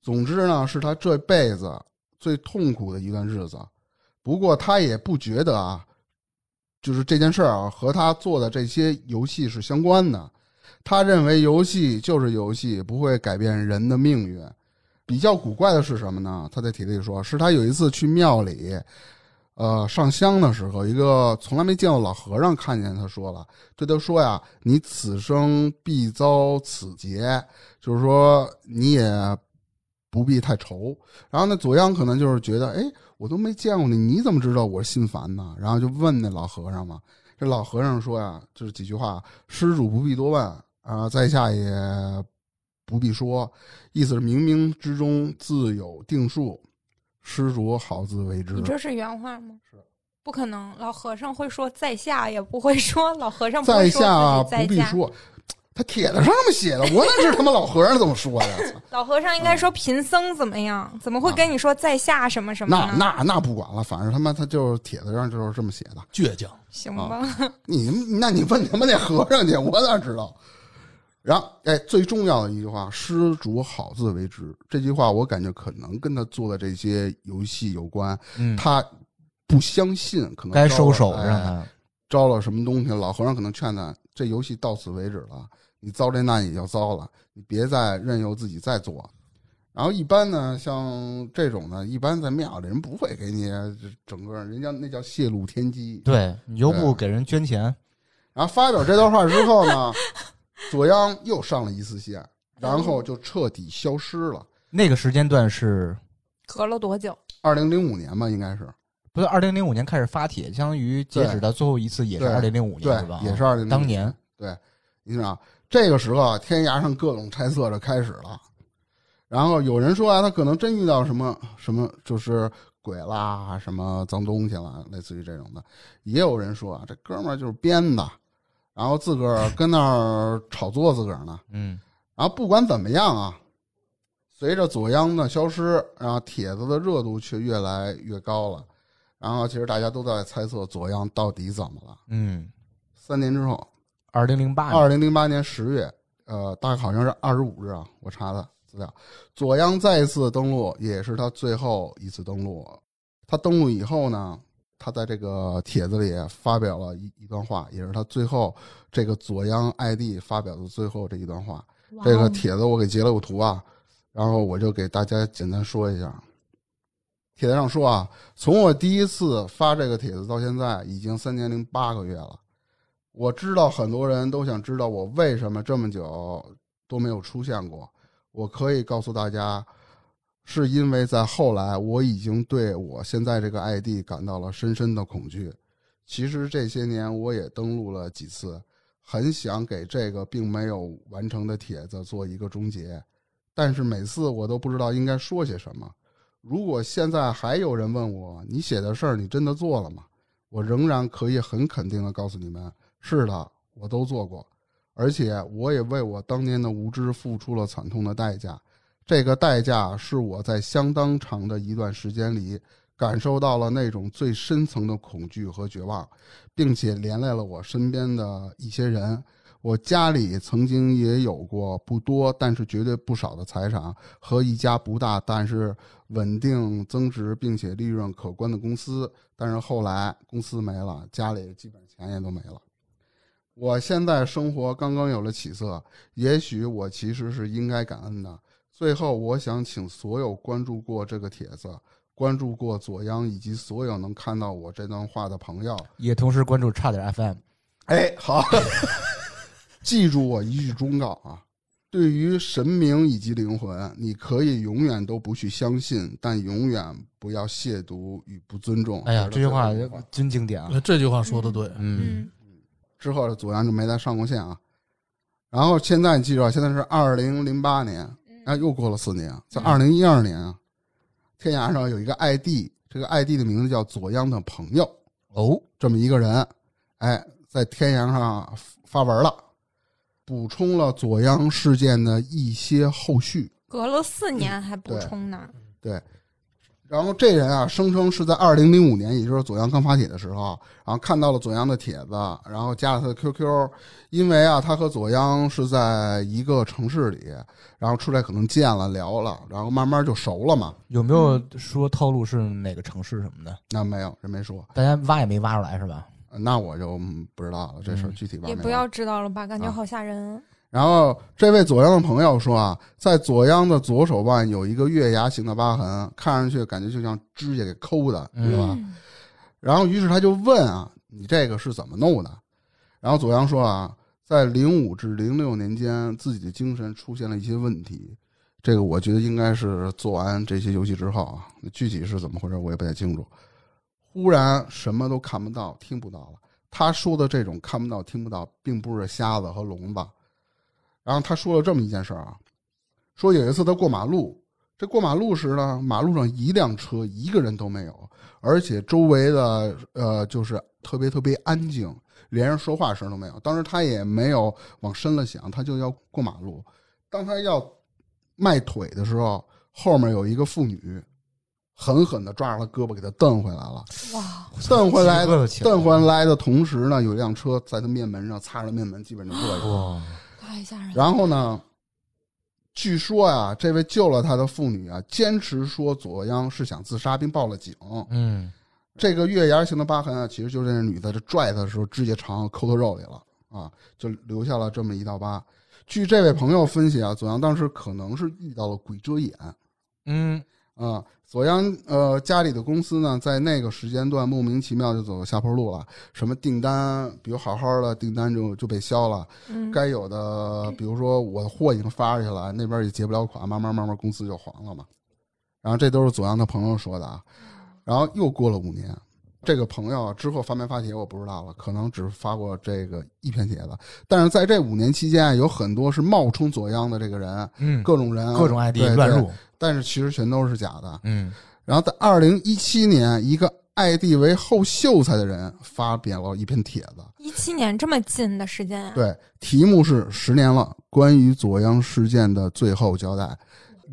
总之呢，是他这辈子最痛苦的一段日子。不过他也不觉得啊，就是这件事儿啊和他做的这些游戏是相关的。他认为游戏就是游戏，不会改变人的命运。比较古怪的是什么呢？他在帖子里说，是他有一次去庙里，呃，上香的时候，一个从来没见过老和尚看见他说了，对他说呀：“你此生必遭此劫，就是说你也不必太愁。”然后呢，左央可能就是觉得，哎，我都没见过你，你怎么知道我是心烦呢？然后就问那老和尚嘛。这老和尚说呀，就是几句话，施主不必多问啊，在下也不必说，意思是冥冥之中自有定数，施主好自为之。
你这是原话吗？不可能，老和尚会说在下，也不会说老和尚不
在
会说
下啊
自己在
不必
下
说，他帖子上面写的，我哪知道他妈老和尚怎么说
[LAUGHS]
的？操
老和尚应该
嗯
说贫僧怎么样？怎么会跟你说在下什么什么
啊那
呢？
那那不管了，反正他妈他就是帖子上就是这么写的。
倔强。
行吧，
啊你那你问他妈那和尚去，我哪知道？然后，哎，最重要的一句话“施主好自为之”，这句话我感觉可能跟他做的这些游戏有关。
嗯
他不相信，可能
该
招
收
了
手
哎
让他
招了什么东西，老和尚可能劝他，这游戏到此为止了，你遭这难也就遭了，你别再任由自己再做。然后一般呢，像这种呢，一般在庙里人不会给你整个，人家那叫泄露天
[LAUGHS]
嗯
机。
对，你又
对
不给人捐钱，
然后发表这段话之后呢，左央又上了一次线，然后就彻底消失了。
那个时间段是
隔了多久？
二零零五年吧，应该是
不是二零零五年开始发帖，相当于截止到最后一次也是
对
二零零五
对
年，是吧？啊
也是二零
当年
对，你想啊，这个时候啊，天涯上各种猜测就开始了。然后有人说啊，他可能真遇到什么什么，就是鬼啦，什么脏东西啦，类似于这种的。也有人说啊，这哥们儿就是编的，然后自个儿跟那儿炒作自个儿呢。
嗯，
然后不管怎么样啊，随着左央的消失，然后帖子的热度却越来越高了。然后其实大家都在猜测左央到底怎么了。
嗯，
三年之后，
二零零八
二零零八年十月，呃，大概好像是二十五日啊，我查的，资料。左央再次登陆，也是他最后一次登陆。他登陆以后呢，他在这个帖子里发表了一一段话，也是他最后这个左央 ID 发表的最后这一段话。
哇
这个
哦
帖子我给截了个图啊，然后我就给大家简单说一下。帖子上说啊，从我第一次发这个帖子到现在，已经三年零八个月了。我知道很多人都想知道我为什么这么久都没有出现过。我可以告诉大家，是因为在后来我已经对我现在这个 ID 感到了深深的恐惧。其实这些年我也登录了几次，很想给这个并没有完成的帖子做一个终结，但是每次我都不知道应该说些什么。如果现在还有人问我你写的事儿你真的做了吗？我仍然可以很肯定的告诉你们，是的，我都做过，而且我也为我当年的无知付出了惨痛的代价。这个代价是我在相当长的一段时间里感受到了那种最深层的恐惧和绝望。并且连累了我身边的一些人。我家里曾经也有过不多，但是绝对不少的财产和一家不大但是稳定增值并且利润可观的公司，但是后来公司没了，家里基本钱也都没了。我现在生活刚刚有了起色，也许我其实是应该感恩的。最后，我想请所有关注过这个帖子、关注过左央以及所有能看到我这段话的朋友，
也同时关注差点 FM。
哎，好， [LAUGHS] 记住我一句忠告啊！对于神明以及灵魂，你可以永远都不去相信，但永远不要亵渎与不尊重。
哎呀，这句话
是吧
真经典啊！
哎这句话说的对，
嗯，
嗯，
之后左阳就没再上过线啊。然后现在你记住啊，现在是二零零八年，
嗯
啊，又过了四年，在二零一二年啊，天涯上有一个 ID，这个 ID 的名字叫左央的朋友。
哦，
这么一个人，哎，在天涯上发文了，补充了左央事件的一些后续。
隔了四年还补
对
充呢，
然后这人啊，声称是在二零零五年，也就是左阳刚发帖的时候，啊然后看到了左阳的帖子，然后加了他的 QQ，因为啊，他和左阳是在一个城市里，然后出来可能见了聊了，然后慢慢就熟了嘛。
有没有说套路是哪个城市什么的？
那没有，人没说，
大家挖也没挖出来是吧？
那我就嗯不知道了，这事儿
嗯
具体吧。
也
没
不
有
要知道了吧，感觉
啊
好吓人。
然后这位左央的朋友说啊，在左央的左手腕有一个月牙形的疤痕，看上去感觉就像指甲给抠的，
嗯
是吧？
嗯
然后于是他就问啊，你这个是怎么弄的？然后左阳说啊，在零五至零六年间，自己的精神出现了一些问题，这个我觉得应该是做完这些游戏之后啊，具体是怎么回事我也不太清楚。忽然什么都看不到、听不到了。他说的这种看不到、听不到，并不是瞎子和聋子。然后他说了这么一件事儿啊，说有一次他过马路，这过马路时呢，马路上一辆车一个人都没有，而且周围的呃就是特别特别安静，连人说话声都没有。当时他也没有往深了想，他就要过马路。当他要迈腿的时候，后面有一个妇女狠狠的抓着他胳膊，给他蹬回来了。
哇，
蹬回来
鸡皮疙瘩
的
起来了
蹬回来的同时呢，有一辆车在他面门上擦着面门，基本就过去了。
哇，
太吓人了。
然后呢，据说啊，这位救了他的妇女啊，坚持说左央是想自杀并报了警。
嗯，
这个月牙形的疤痕啊，其实就是那女的这拽他的时候指甲长抠到肉里了啊，就留下了这么一道疤。据这位朋友分析啊，左阳当时可能是遇到了鬼遮眼，
嗯，
啊，左阳呃家里的公司呢，在那个时间段莫名其妙就走下坡路了，什么订单，比如好好的订单就就被消了，
嗯，
该有的，比如说我的货已经发出去了，那边也结不了款，慢慢慢慢公司就黄了嘛。然后这都是左阳的朋友说的啊。然后又过了五年，这个朋友之后发没发帖我不知道了，可能只发过这个一篇帖子。但是在这五年期间啊，有很多是冒充左央的这个人，
嗯，
各种人啊
各种 ID
对
乱
对
入，
但是其实全都是假的。
嗯，
然后在二零一七年，一个 ID 为后秀才的人发表了一篇帖子，
一七年这么近的时间啊，
对，题目是《十年了：关于左央事件的最后交代》。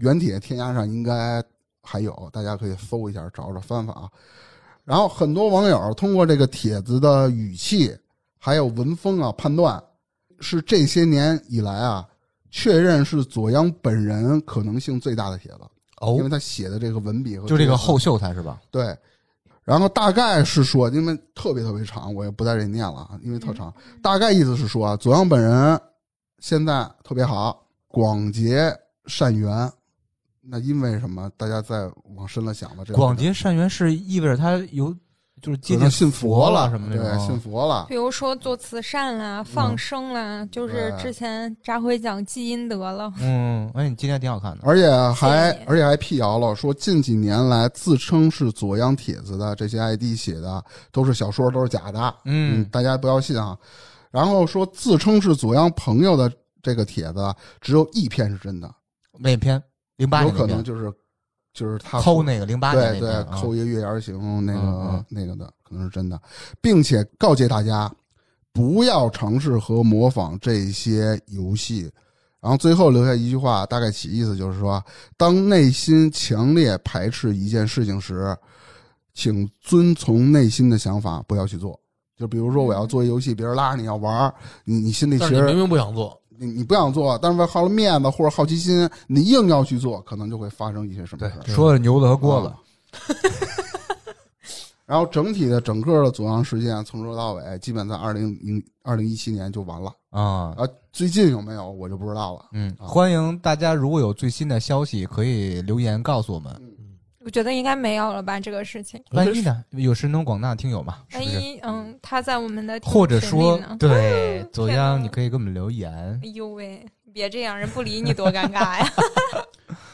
原帖天涯上应该还有，大家可以搜一下，找找翻翻啊。然后很多网友通过这个帖子的语气还有文风啊判断，是这些年以来啊确认是左央本人可能性最大的帖子，因为
哦，
他写的这个文笔和
就这个
文
后秀才是吧？
对，然后大概是说，因为特别特别长，我也不在这里念了，啊，因为特长。
嗯
大概意思是说啊，左阳本人现在特别好，广结善缘。那因为什么？大家再往深了想吧，这个
广结善缘是意味着他有就是接
可
近
能信
佛
了
什么
对
那，种，
信佛了。
比如说做慈善啦、放生啦，就
嗯
是
对
之前扎辉讲积阴德了，
嗯，哎，你今天挺好看的，
而且还
谢谢
而且还辟谣了，说近几年来自称是左央帖子的这些 ID 写的都是小说，都是假的。
嗯，
大家不要信啊。然后说自称是左央朋友的这个帖子，只有一篇是真的，
那篇零八
有
年
可
那
能
篇
就是就是他
抠那个零八年
对
那啊
对
篇，
抠一个月牙形那个、
嗯嗯
那个的，可能是真的，并且告诫大家不要尝试和模仿这些游戏。然后最后留下一句话，大概其意思就是说，当内心强烈排斥一件事情时，请遵从内心的想法，不要去做。就比如说，我
嗯
要做一游戏，别人拉你要玩儿，你你心里其
但是你
实
明明不想做，
你你不想做，但是为好了面子或者好奇心，你硬要去做，可能就会发生一些什么
对
事儿。，
说的牛子和锅
[LAUGHS]
子，
啊然后整体的整个的左阳事件从头到尾，基本在二零零二零一七年就完了
啊，
啊。最近有没有我就不知道了。
嗯，
啊
欢迎大家，如果有最新的消息，可以留言告诉我们。
我觉得应该没有了吧这个事情。
万
[LAUGHS]
一呢，有神通广大听友嘛？是
万
不是？
一嗯，他在我们的听
或者
群
说
里呢，
[LAUGHS] 对左
天
央，
哪
你可以给我们留言
哎。呦喂，别这样，人不理你多尴尬呀！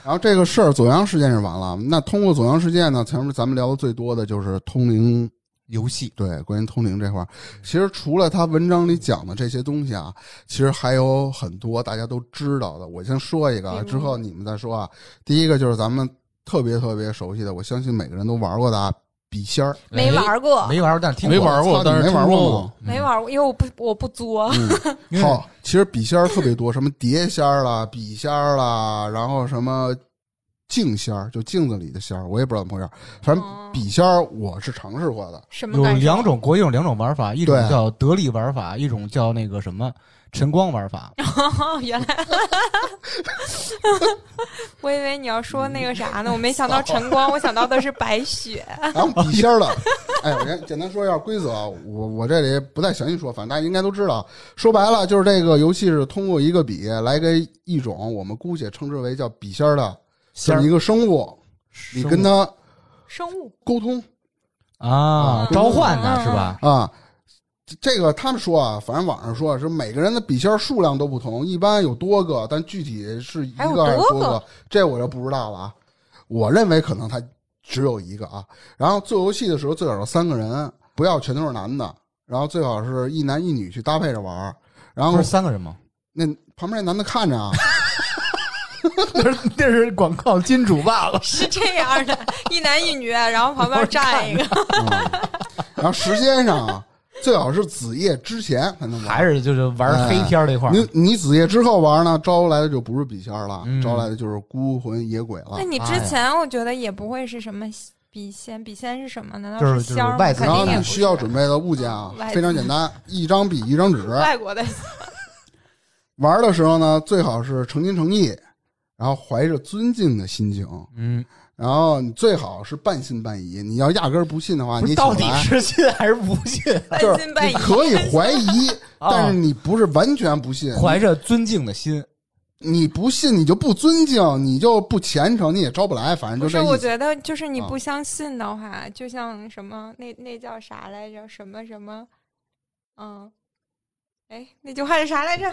然后这个事儿左阳事件是完了，那通过左阳事件呢，前面咱们聊的最多的就是通灵嗯
游戏
对，关于通灵这块儿，其实除了他文章里讲的这些东西啊，其实还有很多大家都知道的。我先说一个啊，
比如
之后你们再说啊。第一个就是咱们特别特别熟悉的，我相信每个人都玩过的啊，笔仙儿。
没
哎
玩过，
[LAUGHS] 没嗯玩过，但是听
没
过
玩
我
过，
操
但是
你没玩
听说
过吗？
没玩过，因为我不我不作，
[LAUGHS]
因为
好，其实笔仙儿特别多，什么碟仙儿啦、笔仙儿啦，然后什么镜仙儿，就镜子里的仙儿，我也不知道怎么回事儿。反
哦
正笔仙儿我是尝试过的，
什么
有
感受
两种，国际有两种玩法，一种
对
叫得力玩法，一种叫那个什么晨光
[LAUGHS]
玩法。
[LAUGHS] 原来 [LAUGHS] 我以为你要说那个啥呢，我没想
嗯
到晨光，我想到的是白雪。
然后笔仙儿的，哎，我先简单说一下规则啊，我我这里不太详细说，反正大家应该都知道。说白了就是这个游戏是通过一个笔来给一种我们姑且称之为叫笔仙儿的这
仙
么
儿
一个生物，你跟它
生物
沟通
啊嗯
啊，
召唤呢是吧？
啊。这个他们说啊，反正网上说是每个人的笔仙儿数量都不同，一般有多个，但具体是一
还有
个还是
多
多个
个，
这我就不知道了啊。我认为可能它只有一个啊。然后做游戏的时候最好是三个人，不要全都是男的，然后最好是一男一女去搭配着玩儿。然后
不是三个
[LAUGHS]
人吗？
那旁边那男的看着啊，
那是那是广告金主爸爸。
[LAUGHS] 是这样的，一男一女，然后旁边站一个，
嗯、 [LAUGHS] 然后时间上啊，最好是子夜之前才能玩儿。
[LAUGHS] 还是就是玩黑天儿这块儿，
你你子夜之后玩呢，招来的就不是笔仙儿了，
嗯
招来的就是孤魂野鬼了
那。
哎
你之前我觉得也不会是什么笔仙，笔仙是什么？难道
就是
仙儿吗？
就是外国
肯
然后
定也
你
不是
需要准备的物件啊
嗯外，
非常简单，一张笔一张纸。
外国的
玩的时候呢，最好是诚心诚意，然后怀着尊敬的心情，
嗯，
然后你最好是半信半疑。你要压根儿不信的话，啊
不
你
是
也
到
起
底
不来。
是信还是不信？
半
就是
信半
你
疑，
可以怀疑，
啊
但是你不是完全不信。
怀着尊敬的心，
你不信，你就不尊敬，你就不虔诚，你也招不来。反正
不，
就是这
我
意思。
觉得就是你
啊
不相信的话，就像什么那那叫啥来着？什么什么？嗯，哎，那句话是啥来着？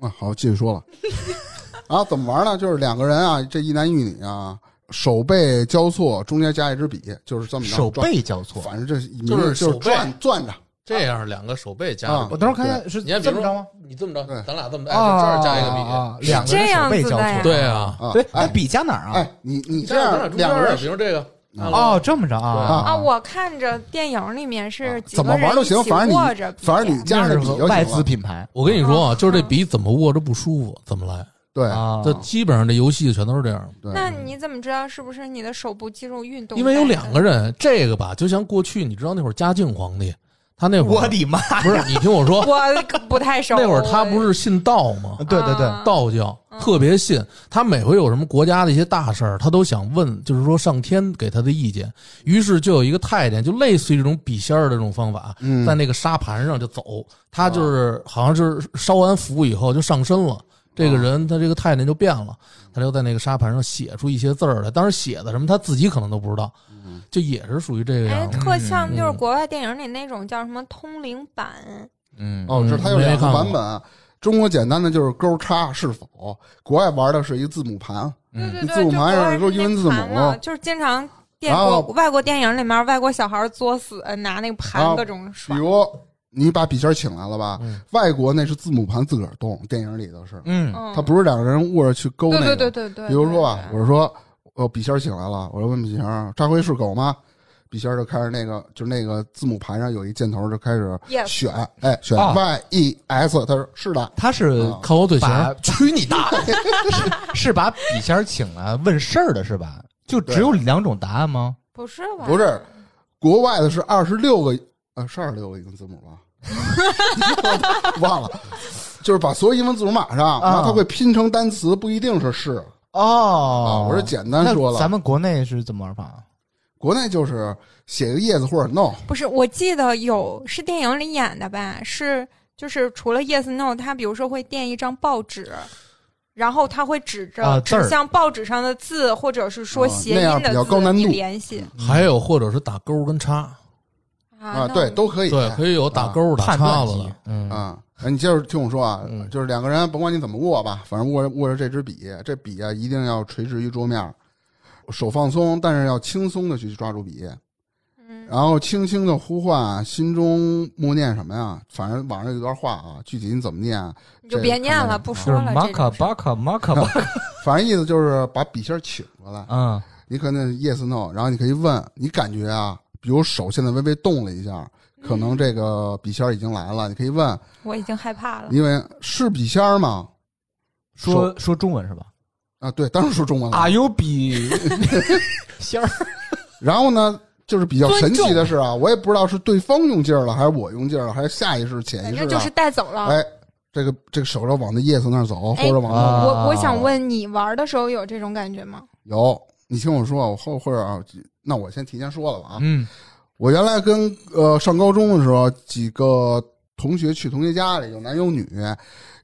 啊，好，继续说了。 [LAUGHS] 然后怎么玩呢？就是两个人啊，这一男一女啊，手背交错，中间加一支笔，就是这么着。
手
转，
背交错。
反正这
就
就是
是手背
转转着。
这样两个手背加
啊
着
我
笔，
等会儿看看是
你看，比
这
如
么着吗
说？你这么着
对，
咱俩这么着，哎，
啊
这儿加一个
啊
笔，
啊两个
是
人
这
手
样
背
子
交
的
错。
呀
对啊，
啊，
对，那
哎
笔加哪儿啊？
哎，你你这
这样
样
咱俩中间
两个
儿啊
人啊
比如这个，看了吗
哦，，这么着
对
啊
啊，我看着电影里面
啊
是几
怎么
个人
玩都
一起
行，反正
握
你
着笔，
反正你加
那
着
是
笔就
外
行
资
了。
品牌
我跟你说啊，
啊
就是这笔怎么握着不舒服怎么来，
对
啊。
这基本上这游戏全都是这样。
对，
那你怎么知道是不是你的手部肌肉运动带的？
因为有两个人，这个吧，就像过去你知道那会儿嘉靖皇帝，他那会
我
儿
的妈！
不是你听我说，
[LAUGHS] 我可不太熟。
那会儿他不
我
是信道吗？
[LAUGHS] 对对对，
啊
道教
嗯
特别信，他每回有什么国家的一些大事儿，他都想问，就是说上天给他的意见。于是就有一个太监，就类似于这种笔仙儿的这种方法，
嗯
在那个沙盘上就走。他就是、好像就是烧完符以后就上身了，这个人他这个太监就变了，他就在那个沙盘上写出一些字儿来。当时写的什么他自己可能都不知道，就也是属于这个
哎
样，子。
特像就是
嗯
国外电影里那种叫什么通灵版，
嗯
哦，这它有
没
两个
看过
版本。啊中国简单的就是勾叉是否，国外玩的是一字母盘。
对
嗯
对
你
对，
字母
就
盘
国
有
外
时候
是
英文
那
字
盘
母啊
嘛就是经常电
然
国
后
外国电影里面外国小孩作死，呃拿那
然
个盘
后
各种耍
比。如你把笔仙请来了吧，
嗯
外国那是字母盘自个儿动，电影里头是，
嗯
嗯，
他不是两个人握着去勾那
对
个。
对对对对。
比如说吧，啊
对
我是说，呃，笔仙儿醒来了，我就问笔仙儿，扎辉是狗吗？笔仙儿就开始那个，就是那个字母盘上有一箭头，就开始
Yes
选，哎，选
啊
Y E S，他说是的，
他是
啊
看我嘴型哦儿，
把去你 [LAUGHS] 大爷！是是把笔仙儿请来问事儿的是吧？就只有两种答案吗？
不是吧？
不是，国外的是二十六个，呃，是二十六个英文字母吧？我 [LAUGHS] 忘了，就是把所有英文字母码上，
啊
然后它会拼成单词，不一定是是啊。
哦
我是简单说
那
了
咱，们国内是怎么玩法？
国内就是写个叶子或者 no，
不是，我记得有是电影里演的吧？是就是除了 yes no，他比如说会垫一张报纸，然后他会指着、
啊字儿
指向报纸上的字，或者是说
哦
谐
那
音
样比
的字、
较高难
你
度
联系
还有或者是打勾跟叉，
啊，
那
对，
我
都可以，
对，可以有打勾打
判
叉
断
子
题
的。，
嗯
啊，哎你接着听我说啊，
嗯
就是两个人甭管你怎么握吧，反正握着握着这支笔，这笔啊一定要垂直于桌面儿，手放松，但是要轻松的去抓住笔，
嗯
然后轻轻的呼唤，心中默念什么呀？反正网上有一段话啊，具体你怎么念，
你就别念了，不
就
就是
说了。
马
这
卡
种事
巴卡马卡巴卡，
反正意思就是把笔芯儿请过来，
嗯
你可能 yes no，然后你可以问，你感觉啊，比如手现在微微动了一下，可能这个笔芯儿已经来了，你可以问，
嗯我已经害怕了。
因为是笔芯儿吗？
说说中文是吧？
啊，对，当然说中文了。
有比 [LAUGHS] 仙儿
然后呢，就是比较神
尊
奇
重
的是啊，我也不知道是对方用劲儿了，还是我用劲儿了，还是下意识、潜
反
意识啊。
正就是带走了。
哎，这个这个手要往那叶子那儿走，或
哎
者往那儿、
啊
我我想问你，玩的时候有这种感觉吗？
有。你听我说，我后或者啊，那我先提前说了吧啊。
嗯
我原来跟呃上高中的时候，几个同学去同学家里，有男有女。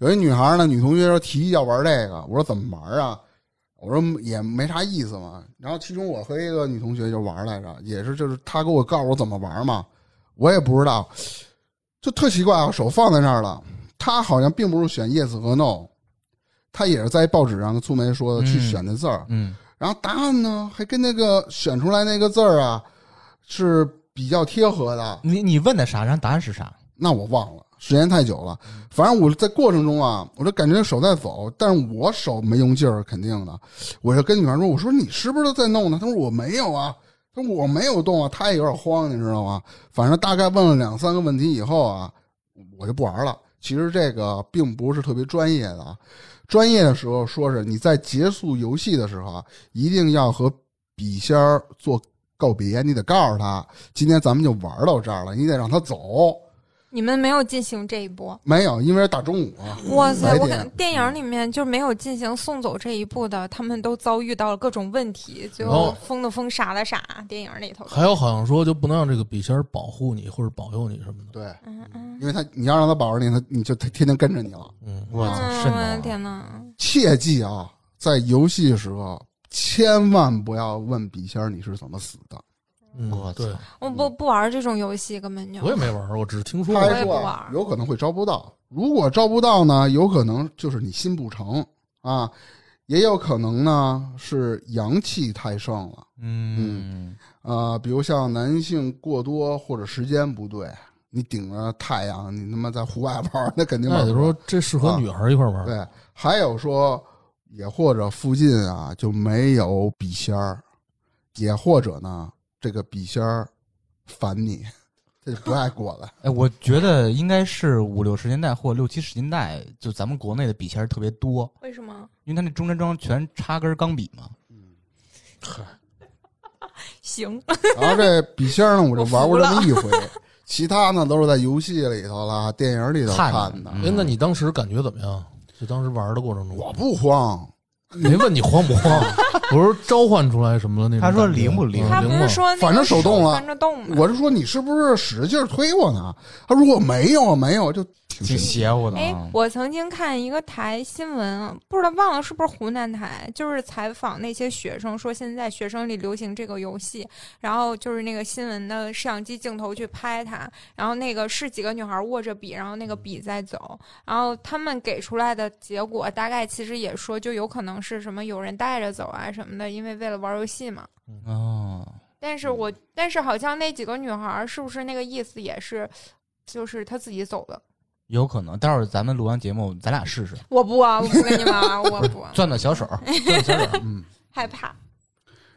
有一女孩呢，女同学说提议要玩这个，我说怎么玩啊？我说也没啥意思嘛。然后其中我和一个女同学就玩来着，也是就是她给我告诉我怎么玩嘛，我也不知道，就特奇怪啊，手放在那儿了，她好像并不是选 yes 和 no，她也是在报纸上跟粗梅说的去
嗯
选的字儿，
嗯
然后答案呢，还跟那个选出来那个字儿啊是比较贴合的。
你你问的啥？然后答案是啥？
那我忘了，时间太久了。反正我在过程中啊，我就感觉手在走，但是我手没用劲儿，肯定的。我就跟女孩说：“我说你是不是在弄呢？”她说：“我没有啊。”她说：“我没有动啊。”她也有点慌，你知道吗？反正大概问了两三个问题以后啊，我就不玩了。其实这个并不是特别专业的，啊。专业的时候说是你在结束游戏的时候啊，一定要和笔仙儿做告别，你得告诉他今天咱们就玩到这儿了，你得让他走。
你们没有进行这一波。
没有，因为是大中午啊。
哇塞！
白
我
天
感电影里面就没有进行送走这一步的，他们都遭遇到了各种问题，最
然
后
后
疯的疯，傻的傻。电影里头的，
还有好像说就不能让这个笔仙儿保护你或者保佑你什么的。
对，
嗯嗯，
因为他你要让他保着你，他你就天天跟着你了。
嗯，
我操，
嗯
瘆
我
得
的
慌
天哪！
切记啊，在游戏时候千万不要问笔仙儿你是怎么死的。
嗯
我操
对，
我不不玩这种游戏，根本就
我也没玩过，我只是听说
他
过。
也
还
不
说
玩
有可能会招不到，如果招不到呢，有可能就是你心不诚啊，也有可能呢是阳气太盛了。
嗯
呃，比如像男性过多或者时间不对，你顶着太阳，你他妈在户外玩儿，那肯定
那
玩
也
不
就是
了
说，这适合女孩一块玩。
对，还有说，也或者附近啊就没有笔仙儿，也或者呢，这个笔仙儿烦你，他就不爱过来。
哎，我觉得应该是五六十年代或六七十年代，就咱们国内的笔仙儿特别多，
为什么
因为它那中间装全插根钢笔嘛。
行？
然后这笔仙儿呢，我就玩过这么一回，其他呢都是在游戏里头啦、电影里头
看的
的。嗯
哎，
嗯
那你当时感觉怎么样？就当时玩的过程中，
我不慌，
没问你慌不
[LAUGHS]
慌，我是召唤出来什么的那种
他
感觉。
说灵不灵
嗯
他不
灵吗
是说那
反正
个
手动了
翻着动吗？
我是说你是不是使着劲儿推我呢？他如果没有没有，就挺神
挺
奇
邪乎的
哎
啊，。
我曾经看一个台新闻啊，不知道忘了是不是湖南台，就是采访那些学生，说现在学生里流行这个游戏，然后就是那个新闻的摄像机镜头去拍它，然后那个是几个女孩握着笔，然后那个笔在走，然后他们给出来的结果大概其实也说，就有可能是什么有人带着走啊什么的，因为为了玩游戏嘛。
哦，
但是我但是好像那几个女孩是不是那个意思也是，就是她自己走的。
有可能，待会儿咱们录完节目，咱俩试试，
我不啊，我不跟你们 [LAUGHS] 玩，我不。啊
攥攥小手。
嗯
害怕。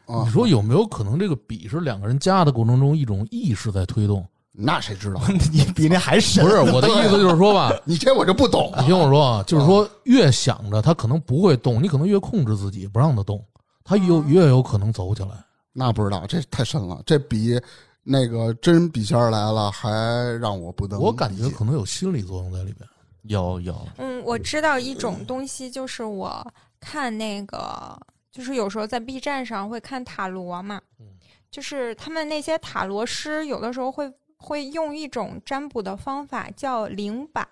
啊
你，说有没有可能这个笔是两个人加的过程中一种意识在推
[LAUGHS]
动？
那谁知道？
[LAUGHS] 你比那还神
不是我的意思就是说吧，
你这我就不懂
你听我说啊，就是说越想着他可能不会动，你可能越控制自己不让他动，他
啊
有越有可能走起来。
那不知道，这太深了，这比那个真笔仙儿来了还让我不能理解。
我感觉可能有心理作用在里边。
有有，
嗯，我知道一种东西，就是我看那个，就是有时候在 B 站上会看塔罗嘛，就是他们那些塔罗师有的时候会会用一种占卜的方法叫灵摆。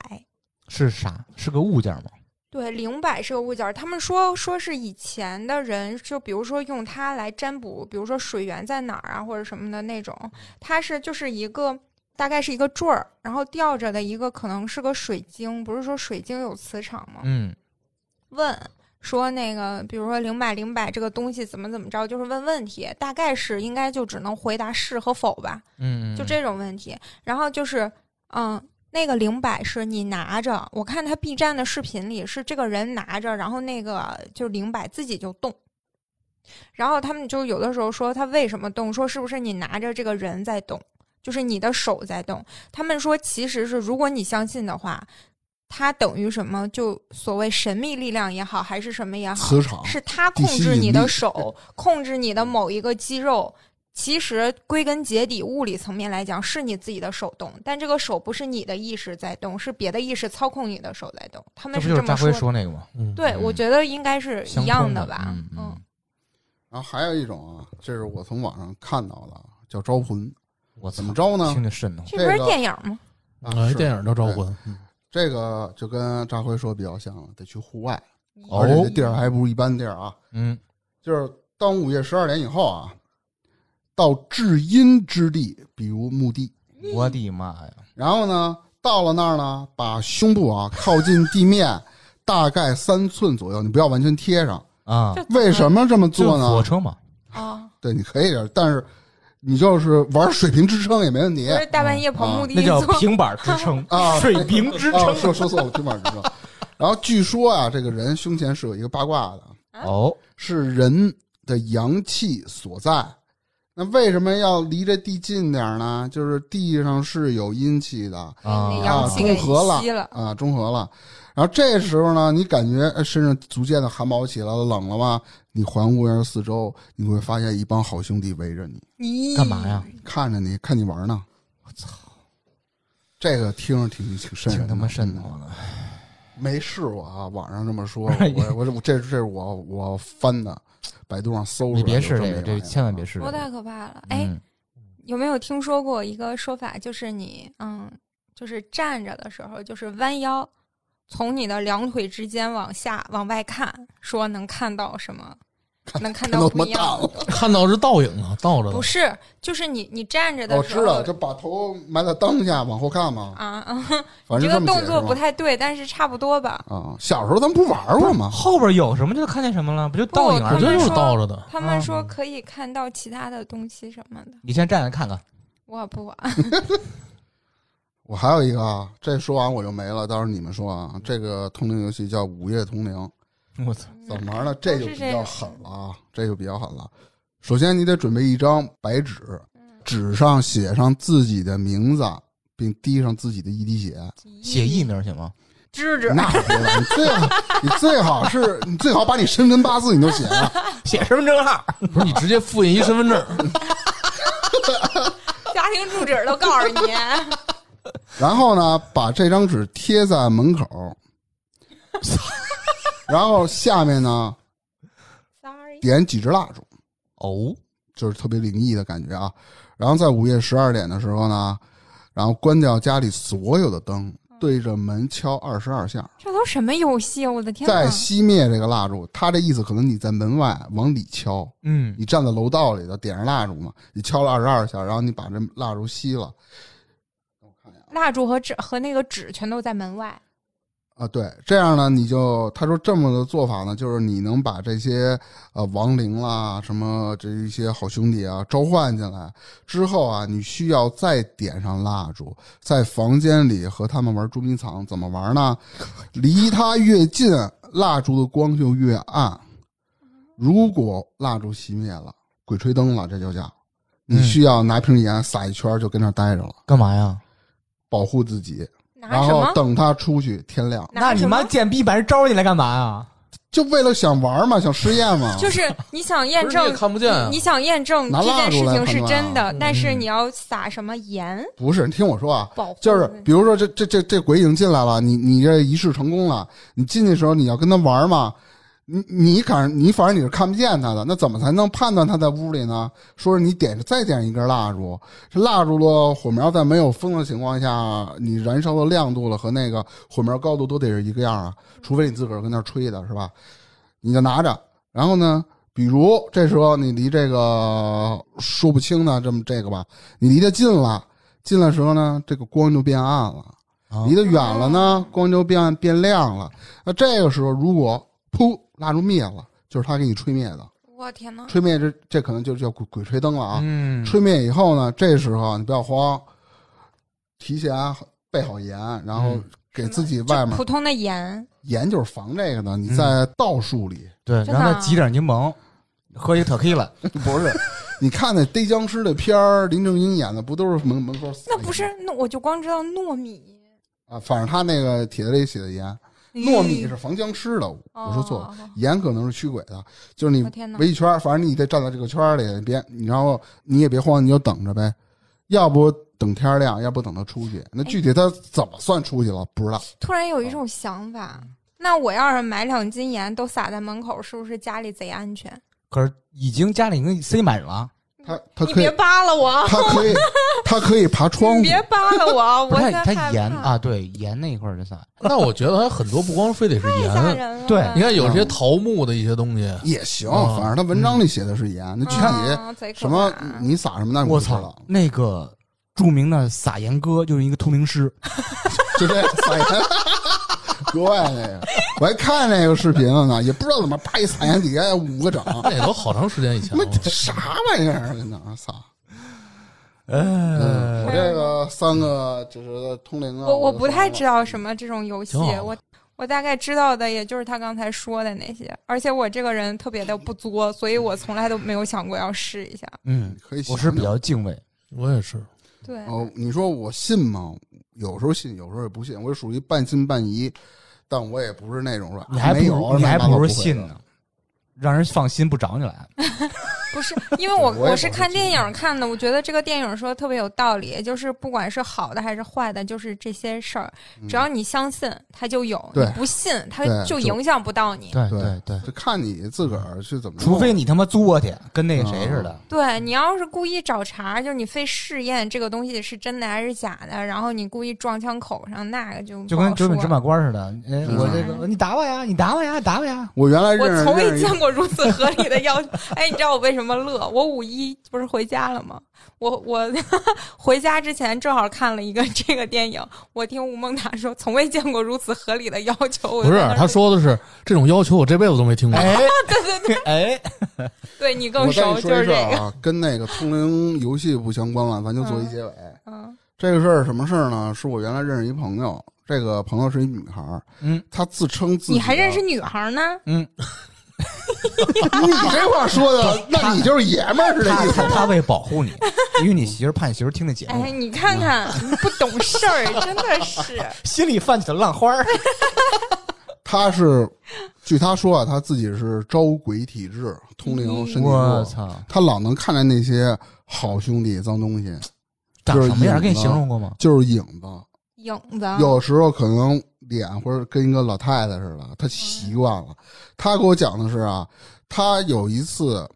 是啥？是个物件吗？
对，灵摆是个物件儿。他们说说是以前的人，就比如说用它来占卜，比如说水源在哪儿啊，或者什么的那种。它是就是一个大概是一个坠儿，然后吊着的一个可能是个水晶，不是说水晶有磁场吗？
嗯，
问说那个，比如说零百零百这个东西怎么怎么着，就是问问题，大概是应该就只能回答是和否吧，
嗯，
就这种问题。然后就是，嗯，那个零百是你拿着，我看他 B 站的视频里是这个人拿着，然后那个就零百自己就动。然后他们就有的时候说他为什么动，说是不是你拿着这个人在动，就是你的手在动。他们说其实是如果你相信的话，它等于什么？就所谓神秘力量也好，还是什么也好，
磁
哦
场
是它
地
控
心
制
引
你
力
的手，控制你的某一个肌肉。其实归根结底，物理层面来讲是你自己的手动，但这个手不是你的意识在动，是别的意识操控你的手在动。他
这
们
不
是
就是
么
大
说
辉
的。
说那个吗？
嗯，
啊
对，我
嗯
觉得应该是
相
一样
通的
吧
嗯。嗯
然后还有一种啊，这是我从网上看到的，叫招魂。
我
怎么着呢
听着瘆得慌。
这不是
这个
电影吗？
啊
啊哎，
是
电影叫《招魂》嗯，
这个就跟扎辉说比较像了，得去户外，
哦
而且这地儿还不是一般地儿啊。
嗯，
就是当午夜十二点以后啊，到至阴之地，比如墓地，
我的妈呀！
然后呢，到了那儿呢，把胸部啊靠近地面 [LAUGHS] 大概三寸左右，你不要完全贴上。
啊，
这怎
为什么这么
就
做
火
呢？
车嘛，哦
啊？
对，你可以点，但是你就是玩水平支撑也没问题
不。是大半夜跑
啊
墓地
哦那叫
做 [LAUGHS]
平板支撑
啊
水平支
啊，
撑。
说说错了，平板支撑。 [LAUGHS] 然后据说啊，这个人胸前是有一个八卦的，
啊
哦，
是人的阳气所在。那为什么要离这地近点儿呢？就是地上是有阴气的
那
啊
阳
啊，
气
中
给
和
吸了
啊，中和了。然后这时候呢，你感觉呃身上逐渐的汗毛起来了，冷了吧？你环顾一下四周，你会发现一帮好兄弟围着你，
你
干嘛呀？
看着你，看你玩呢。
我操，
这个听着挺挺瘆人
挺
的，
他妈瘆得
嗯
慌的。
没试过啊，网上这么
[LAUGHS]
说，我我我这这是我我翻的，百度上搜出来
你别
有
试
么
这
一
个，
玩
这
意儿啊
千万别试这
说
个。
太可怕了！哎，
嗯，
有没有听说过一个说法，就是你嗯，就是站着的时候，就是弯腰，从你的两腿之间往下往外看，说能看到什么？能看
看到
到
他妈
不一样的？
[LAUGHS] 看到是倒影啊，倒着的
不。是，就是你你站着
我
的
哦
时
知
候
道，就把头埋在裆下往后看嘛，
啊， [LAUGHS] 嗯
反
这
正
个
么
动
解
作
释嘛
不太对，但是差不多吧。
啊。小时候咱们不玩过吗？
后边有什么就看见什么了，不就倒影
我
而
觉
已
得
吗？
就是倒着的，
他
啊
们说可以看到其他的东西什么的，
你先站着看看，
我不啊玩。
我还有一个啊，这说完我就没了，到时候你们说啊。这个通灵游戏叫《午夜通灵》，
我操，
怎么玩呢？这就比
嗯是这
较
样
狠了啊，这就比较狠了。首先，你得准备一张白纸，
嗯
纸上写上自己的名字，并滴上自己的一滴血。
[LAUGHS]
写艺名行吗？
知知
那别了，你最好，你最好是，你最好把你生辰八字你都写了。
[LAUGHS]
写身份证号，
不是你直接复印一身份证，
加庭住址都告诉你， [LAUGHS]
然后呢，把这张纸贴在门口，
[LAUGHS]
然后下面呢
Sorry，
点几支蜡烛，
哦，
就是特别灵异的感觉啊。然后在午夜十二点的时候呢，然后关掉家里所有的灯，
嗯
对着门敲二十二下，
这都什么游戏？啊我的天
再
哪！
熄灭这个蜡烛。他这意思可能你在门外往里敲，
嗯，
你站在楼道里头点着蜡烛嘛，你敲了二十二下，然后你把这蜡烛熄了
蜡烛和纸和那个纸全都在门外，
啊，对，这样呢，你就他说这么的做法呢，就是你能把这些呃亡灵啦，什么这一些好兄弟啊召唤进来之后啊，你需要再点上蜡烛，在房间里和他们玩捉迷藏，怎么玩呢？离他越近，蜡烛的光就越暗。如果蜡烛熄灭了，鬼吹灯了，这就叫你
嗯
需要拿瓶盐撒一圈，就跟那儿待着了，
干嘛呀？
保护自己，
拿
然
什
后
么？
等他出去天亮。
拿什么？
贱逼把人招进来干嘛呀？
就为了想玩嘛，想试验嘛，
[LAUGHS] 就是你想验
不是你也
证，
看不见啊
你你想验证
拿
这
蜡
件
烛
事
来
情是
判断啊
真的，但是你要撒什么盐
不是？你听我说啊，
保护？
就是比如说这这这这鬼已经进来了，你你这仪式成功了，你进去的时候你要跟他玩嘛，你你反你反正你是看不见他的，那怎么才能判断他在屋里呢？说是你点再点一根蜡烛，这蜡烛的火苗在没有风的情况下，你燃烧的亮度了和那个火苗高度都得是一个样啊，除非你自个儿跟那儿吹的是吧？你就拿着，然后呢？比如这时候你离这个说不清的这么这个吧，你离得近了，进来的时候呢，这个光就变暗了；
啊
离得远了呢，光就变变亮了。那这个时候，如果噗，蜡烛灭了，就是他给你吹灭的，
我天哪！
吹灭这这可能就叫鬼鬼吹灯了啊。
嗯，
吹灭以后呢，这时候啊你不要慌，提前备好盐，然
嗯
后给自己外面
普通的盐，
盐就是防这个的。你在倒数里，
对，
真的
然后再挤点柠檬，喝一个 tequila，
不是你看那逮僵尸的片儿，林正英演的不都是门门口撒
那不
盐
是？那我就光知道糯米，
啊？反正他那个帖子里写的盐，糯米是防僵尸的，我说错了。
嗯哦。
盐可能是驱鬼的，就是你
我天哪！
围一圈儿，反正你得站在这个圈儿里，别你然后你也别慌，你就等着呗，要不等天儿亮，要不等他出去。那具体他怎么算出去了，不知道。
突然有一种想法，
嗯
那我要是买两斤盐都撒在门口，是不是家里贼安全？
可是已经家里已经塞满了，
他他
你
可以
别，扒拉我，
他可以，他可以爬窗户
[LAUGHS] 你。别扒拉我，
不
我
是
在
它
害
盐
怕，
啊，对盐那一块儿就撒，
[LAUGHS] 那我觉得还很多，不光非得是
太吓
盐，
人了。
对
你看有
嗯
些桃木的一些东西，
也行，
啊
反正他文章里写的是盐，那具体
啊贼可
什么嗯
怕
你撒什么那
我
不知
操
道，，
那个著名的撒盐哥就是一个通灵师，
就这撒盐。 [LAUGHS] 国外那个，我还看那个视频了呢，也不知道怎么啪一撒盐底下五个掌，
那也都好长时间以前
他
了
妈。啥玩意儿？啊跟那儿撒。哎
呃
我这个三个就是通灵啊，
我我
就
不
放
太
了
知道什么这种游戏，
挺好的
我我大概知道的也就是他刚才说的那些，而且我这个人特别的不作，所以我从来都没有想过要试一下。
哦
嗯，
可以想
我是比
想
较敬畏，
我也是，
对，
哦，你说我信吗？有时候信，有时候也不信，我属于半信半疑，但我也不是那种说
你还不
没
如
有，
你还
乱七八糟
不如
会的
信呢。，让人放心不找你来。
不是，因为我
我也
是
不是
看
这
电
样
影看的，我觉得这个电影说的特别有道理，就是不管是好的还是坏的，就是这些事儿，只要你相信，它就有；
嗯对
你不信，它
对就
就影响不到你。
对
对
对，
就看你自个儿去怎么弄。
除非你他妈作去，跟那个
啊
谁似的。
对你要是故意找茬，就是你非试验这个东西是真的还是假的，然后你故意撞枪口上，那个就
就
不好
跟九品
啊说
芝麻官似的，哎，
嗯
我这个你打我呀，你打我呀，打我
[LAUGHS]
呀！
我原来认
我
识
从未
认识一
见过如此合理的要求。哎，你知道我为什么乐？我五一不是回家了吗？我我 [LAUGHS] 回家之前正好看了一个这个电影，我听吴孟达说从未见过如此合理的要求。我
不
就是在那儿
他说的是这种要求，我这辈子都没听过。
哎，
对对对，
哎，
对你更
我再跟你说
熟就
一
是这
事儿
个，
啊，跟那个通灵游戏不相关了，咱就做一结尾。
嗯，
这个事儿什么事儿呢？是我原来认识一朋友，这个朋友是一女孩儿，
嗯，
她自称自己
你还认
啊
识女孩呢？
嗯，
[LAUGHS] 你这话说的，那你就是爷们儿是这
他
意思
他
吗？
他为保护你，因为你媳妇儿怕你媳妇儿听那节目
哎，，你看看，你不懂事儿，真的是。
心里泛起了浪花儿。
哎他是，据他说啊，他自己是招鬼体质，
[LAUGHS]
通灵身体弱，
操！
他老能看见那些好兄弟脏东西，就
长
是
什么样？
影
给你
子
形容过吗？
就是影子。
[LAUGHS] 影子，
有时候可能脸或者跟一个老太太似的，她习惯了。她给我讲的是啊，她有一次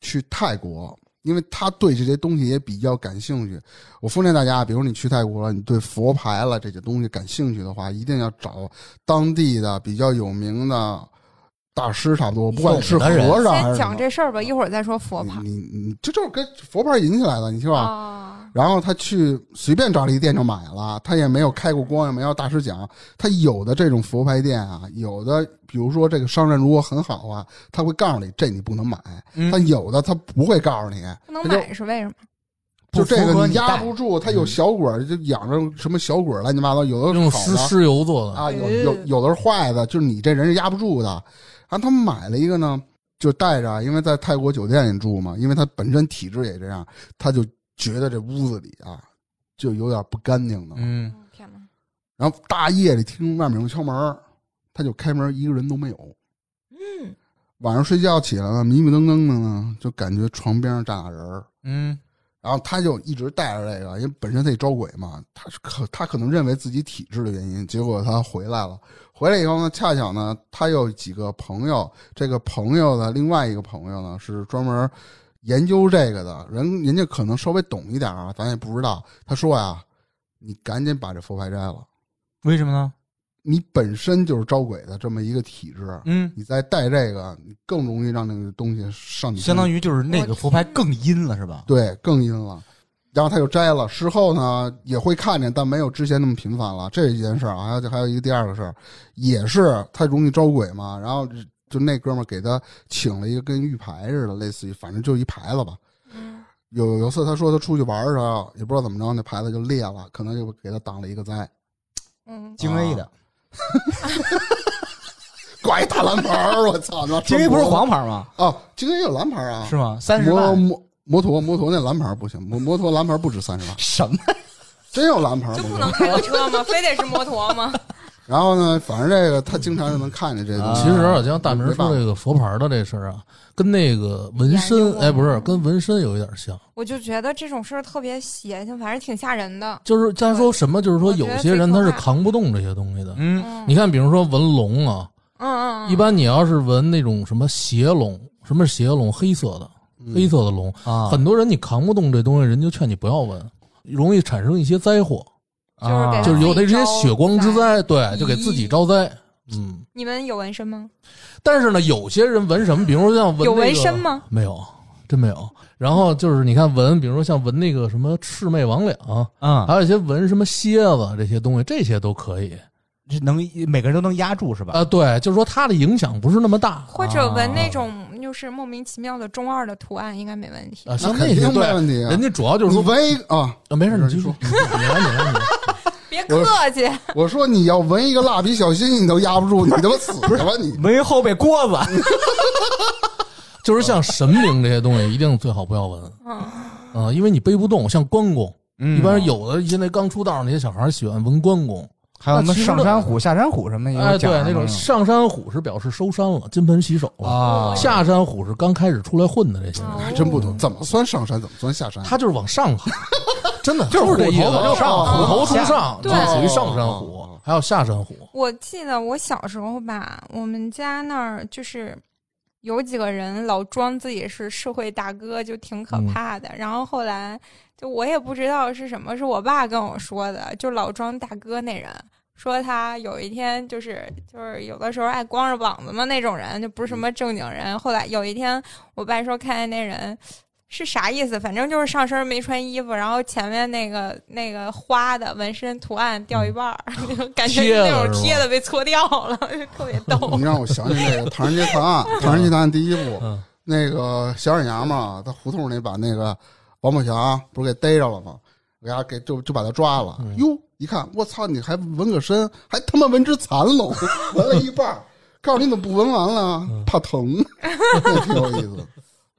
去泰国，因为她对这些东西也比较感兴趣。我奉劝大家，比如你去泰国了，你对佛牌了这些东西感兴趣的话，一定要找当地的比较有名的大师，差不多，不管是
懂的人
和尚还
先
是什
讲
么
这事儿吧，一会儿再说佛牌
你你你这就是跟佛牌引起来的，你听吧。
啊。
然后他去随便找了一店就买了，他也没有开过光，也没有大师讲。他有的这种佛牌店啊，有的比如说这个商人如果很好啊，他会告诉你这你不能买；
嗯
他有的他不会告诉你，
不能买是为什么？
就
不
这
符合
个
你
压
带
不住，他有小鬼儿就养着什么小鬼儿乱七八糟，有的是
用
好
尸
的
尸油做的，
啊，有有有的是坏的，就是你这人是压不住的。然后他买了一个呢，就带着啊，因为在泰国酒店里住嘛，因为他本身体质也这样，他就觉得这屋子里啊就有点不干净的。
嗯，
天哪！
然后大夜里听外面有敲门儿，他就开门，一个人都没有。
嗯，
晚上睡觉起来了，迷迷瞪瞪的呢，就感觉床边上站俩人儿。
嗯，
然后他就一直带着这个，因为本身他也招鬼嘛，他是可他可能认为自己体质的原因，结果他回来了。回来以后呢，恰巧呢，他有几个朋友，这个朋友的另外一个朋友呢是专门研究这个的人，人家可能稍微懂一点啊，咱也不知道。他说呀，你赶紧把这佛牌摘了，
为什么呢？
你本身就是招鬼的这么一个体质，
嗯，
你再带这个，你更容易让那个东西上你身
相当于就是那个佛牌更阴了，是吧？
对，更阴了。然后他就摘了，事后呢也会看见，但没有之前那么频繁了。这是一件事儿啊，还有还有一个第二个事儿，也是他容易招鬼嘛。然后就那哥们儿给他请了一个跟玉牌似的，类似于反正就一牌子吧。
嗯
有有次他说他出去玩儿的时候，也不知道怎么着，那牌子就裂了，可能就给他挡了一个灾，
嗯，
精 A 的，
挂一大蓝牌儿，我操！
[LAUGHS]
那
精 A 不是黄牌吗？
啊，京 A 有蓝牌啊，
是吗？三十
摩
万
摩摩托摩托那蓝牌不行，摩摩托蓝牌不止三十万，
什么？
真有蓝牌吗？
就不能开个车吗？非得是摩托吗？
然后呢，反正这个他经常就能看见这东西。
其实啊，像大明
没办
说
法
这个佛牌的这事儿啊，跟那个纹
研
身
究，过
哎，不是跟纹身有一点像，
[LAUGHS] 我就觉得这种事儿特别邪性，反正挺吓人的。
就是再说什么，就是说
我觉
有
得
些人
最
他
可
是
怕
扛不动这些东西的。
嗯，
嗯，
你看，比如说纹龙啊，
嗯嗯，
一般你要是纹那种什么邪龙，什么是邪龙，黑色的
嗯
黑色的龙，
啊，
很多人你扛不动这东西，人就劝你不要纹，容易产生一些灾祸，
就是给他
啊
就是有那些
自己招
血光之灾，对，
咦
就给自己招灾。嗯，
你们有纹身吗？
但是呢，有些人纹什么，比如说像纹、那个、
有纹身吗？
没有，真没有。然后就是你看纹，比如说像纹那个什么魑魅魍魉，啊
啊
嗯，
还有一些纹什么蝎子这些东西，这些都可以
这能每个人都能压住是吧？
啊。对，就是说它的影响不是那么大啊
或者纹
啊
那种就是莫名其妙的中二的图案，应该没问题。
啊。像
那
那
肯
些
定没
对，
问题啊。
人家主要就是
你
说
纹一个啊，
啊，没事，
没
你
事
继
你
续
说，
你来，你来，你 [LAUGHS] 来。
别
我
客气，
我说你要纹一个蜡笔小新，你都压不住，你他妈死吧你！
没后背锅子，
就是像神明这些东西，一定最好不要纹
嗯，
啊，因为你背不动。像关公，
嗯
一般有的一些那刚出道那些小孩喜欢纹关公，
还有什么
那其实
上山虎、下山虎什么的也
哎，对
有讲究，嗯
那种上山虎是表示收山了，金盆洗手了。
啊，
下山虎是刚开始出来混的这些人，
哦
嗯还真不懂，怎么算上山，怎么算下山？
他就是往上
[LAUGHS]
爬，真的
就是
是这意思，就
虎头往
是
上
虎头冲上，就
对
是属于上山
哦
虎，还有下山虎。
我记得我小时候吧，我们家那儿就是有几个人老装自己是社会大哥，就挺可怕的。然后后来就我也不知道是什么，是我爸跟我说的，就老装大哥那人。说他有一天就是就是有的时候爱光着膀子嘛那种人，就不是什么正经人。后来有一天，我爸说看见那人是啥意思，反正就是上身没穿衣服，然后前面那个那个花的纹身图案掉一半儿， [LAUGHS] 那种感觉
嗯贴了
那
是吧
种贴的被搓掉了， [LAUGHS] 就特
[LAUGHS]
别逗
你。让我想起那个《唐人街探案》，《唐人街探案》第一部，
嗯，
那个小沈阳嘛，在胡同里把那个王宝强不是给逮着了吗？给他给就就把他抓了。
嗯
哟，一看，我操，你还纹个身，还他妈纹只残龙， [LAUGHS] 纹了一半儿，告诉你怎么不纹完了，
嗯
怕疼， [LAUGHS] 那挺有意思的。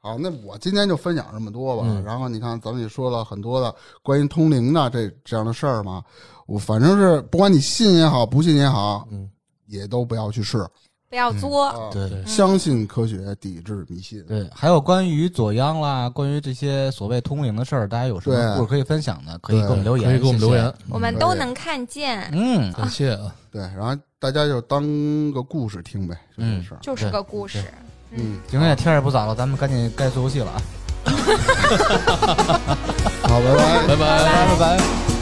好，那我今天就分享这么多吧。
嗯
然后你看，咱们也说了很多的关于通灵的这这样的事儿嘛。我反正是不管你信也好，不信也好，
嗯，
也都不要去试。
不要作。
啊
对对
相信科学，抵制迷信。
对，还有关于左央啦，关于这些所谓通灵的事儿，大家有什么
对
故事可以分享的，可以
对
给我们留言，
可以给我们
谢
留
谢
言。
我们都能看见，
嗯，
感谢啊，
对，然后大家就当个故事听呗，就这事儿。
就是个故事。
嗯，
行了，天儿也不早了，咱们赶紧该做游戏了啊，
好，拜拜。
拜拜
拜拜。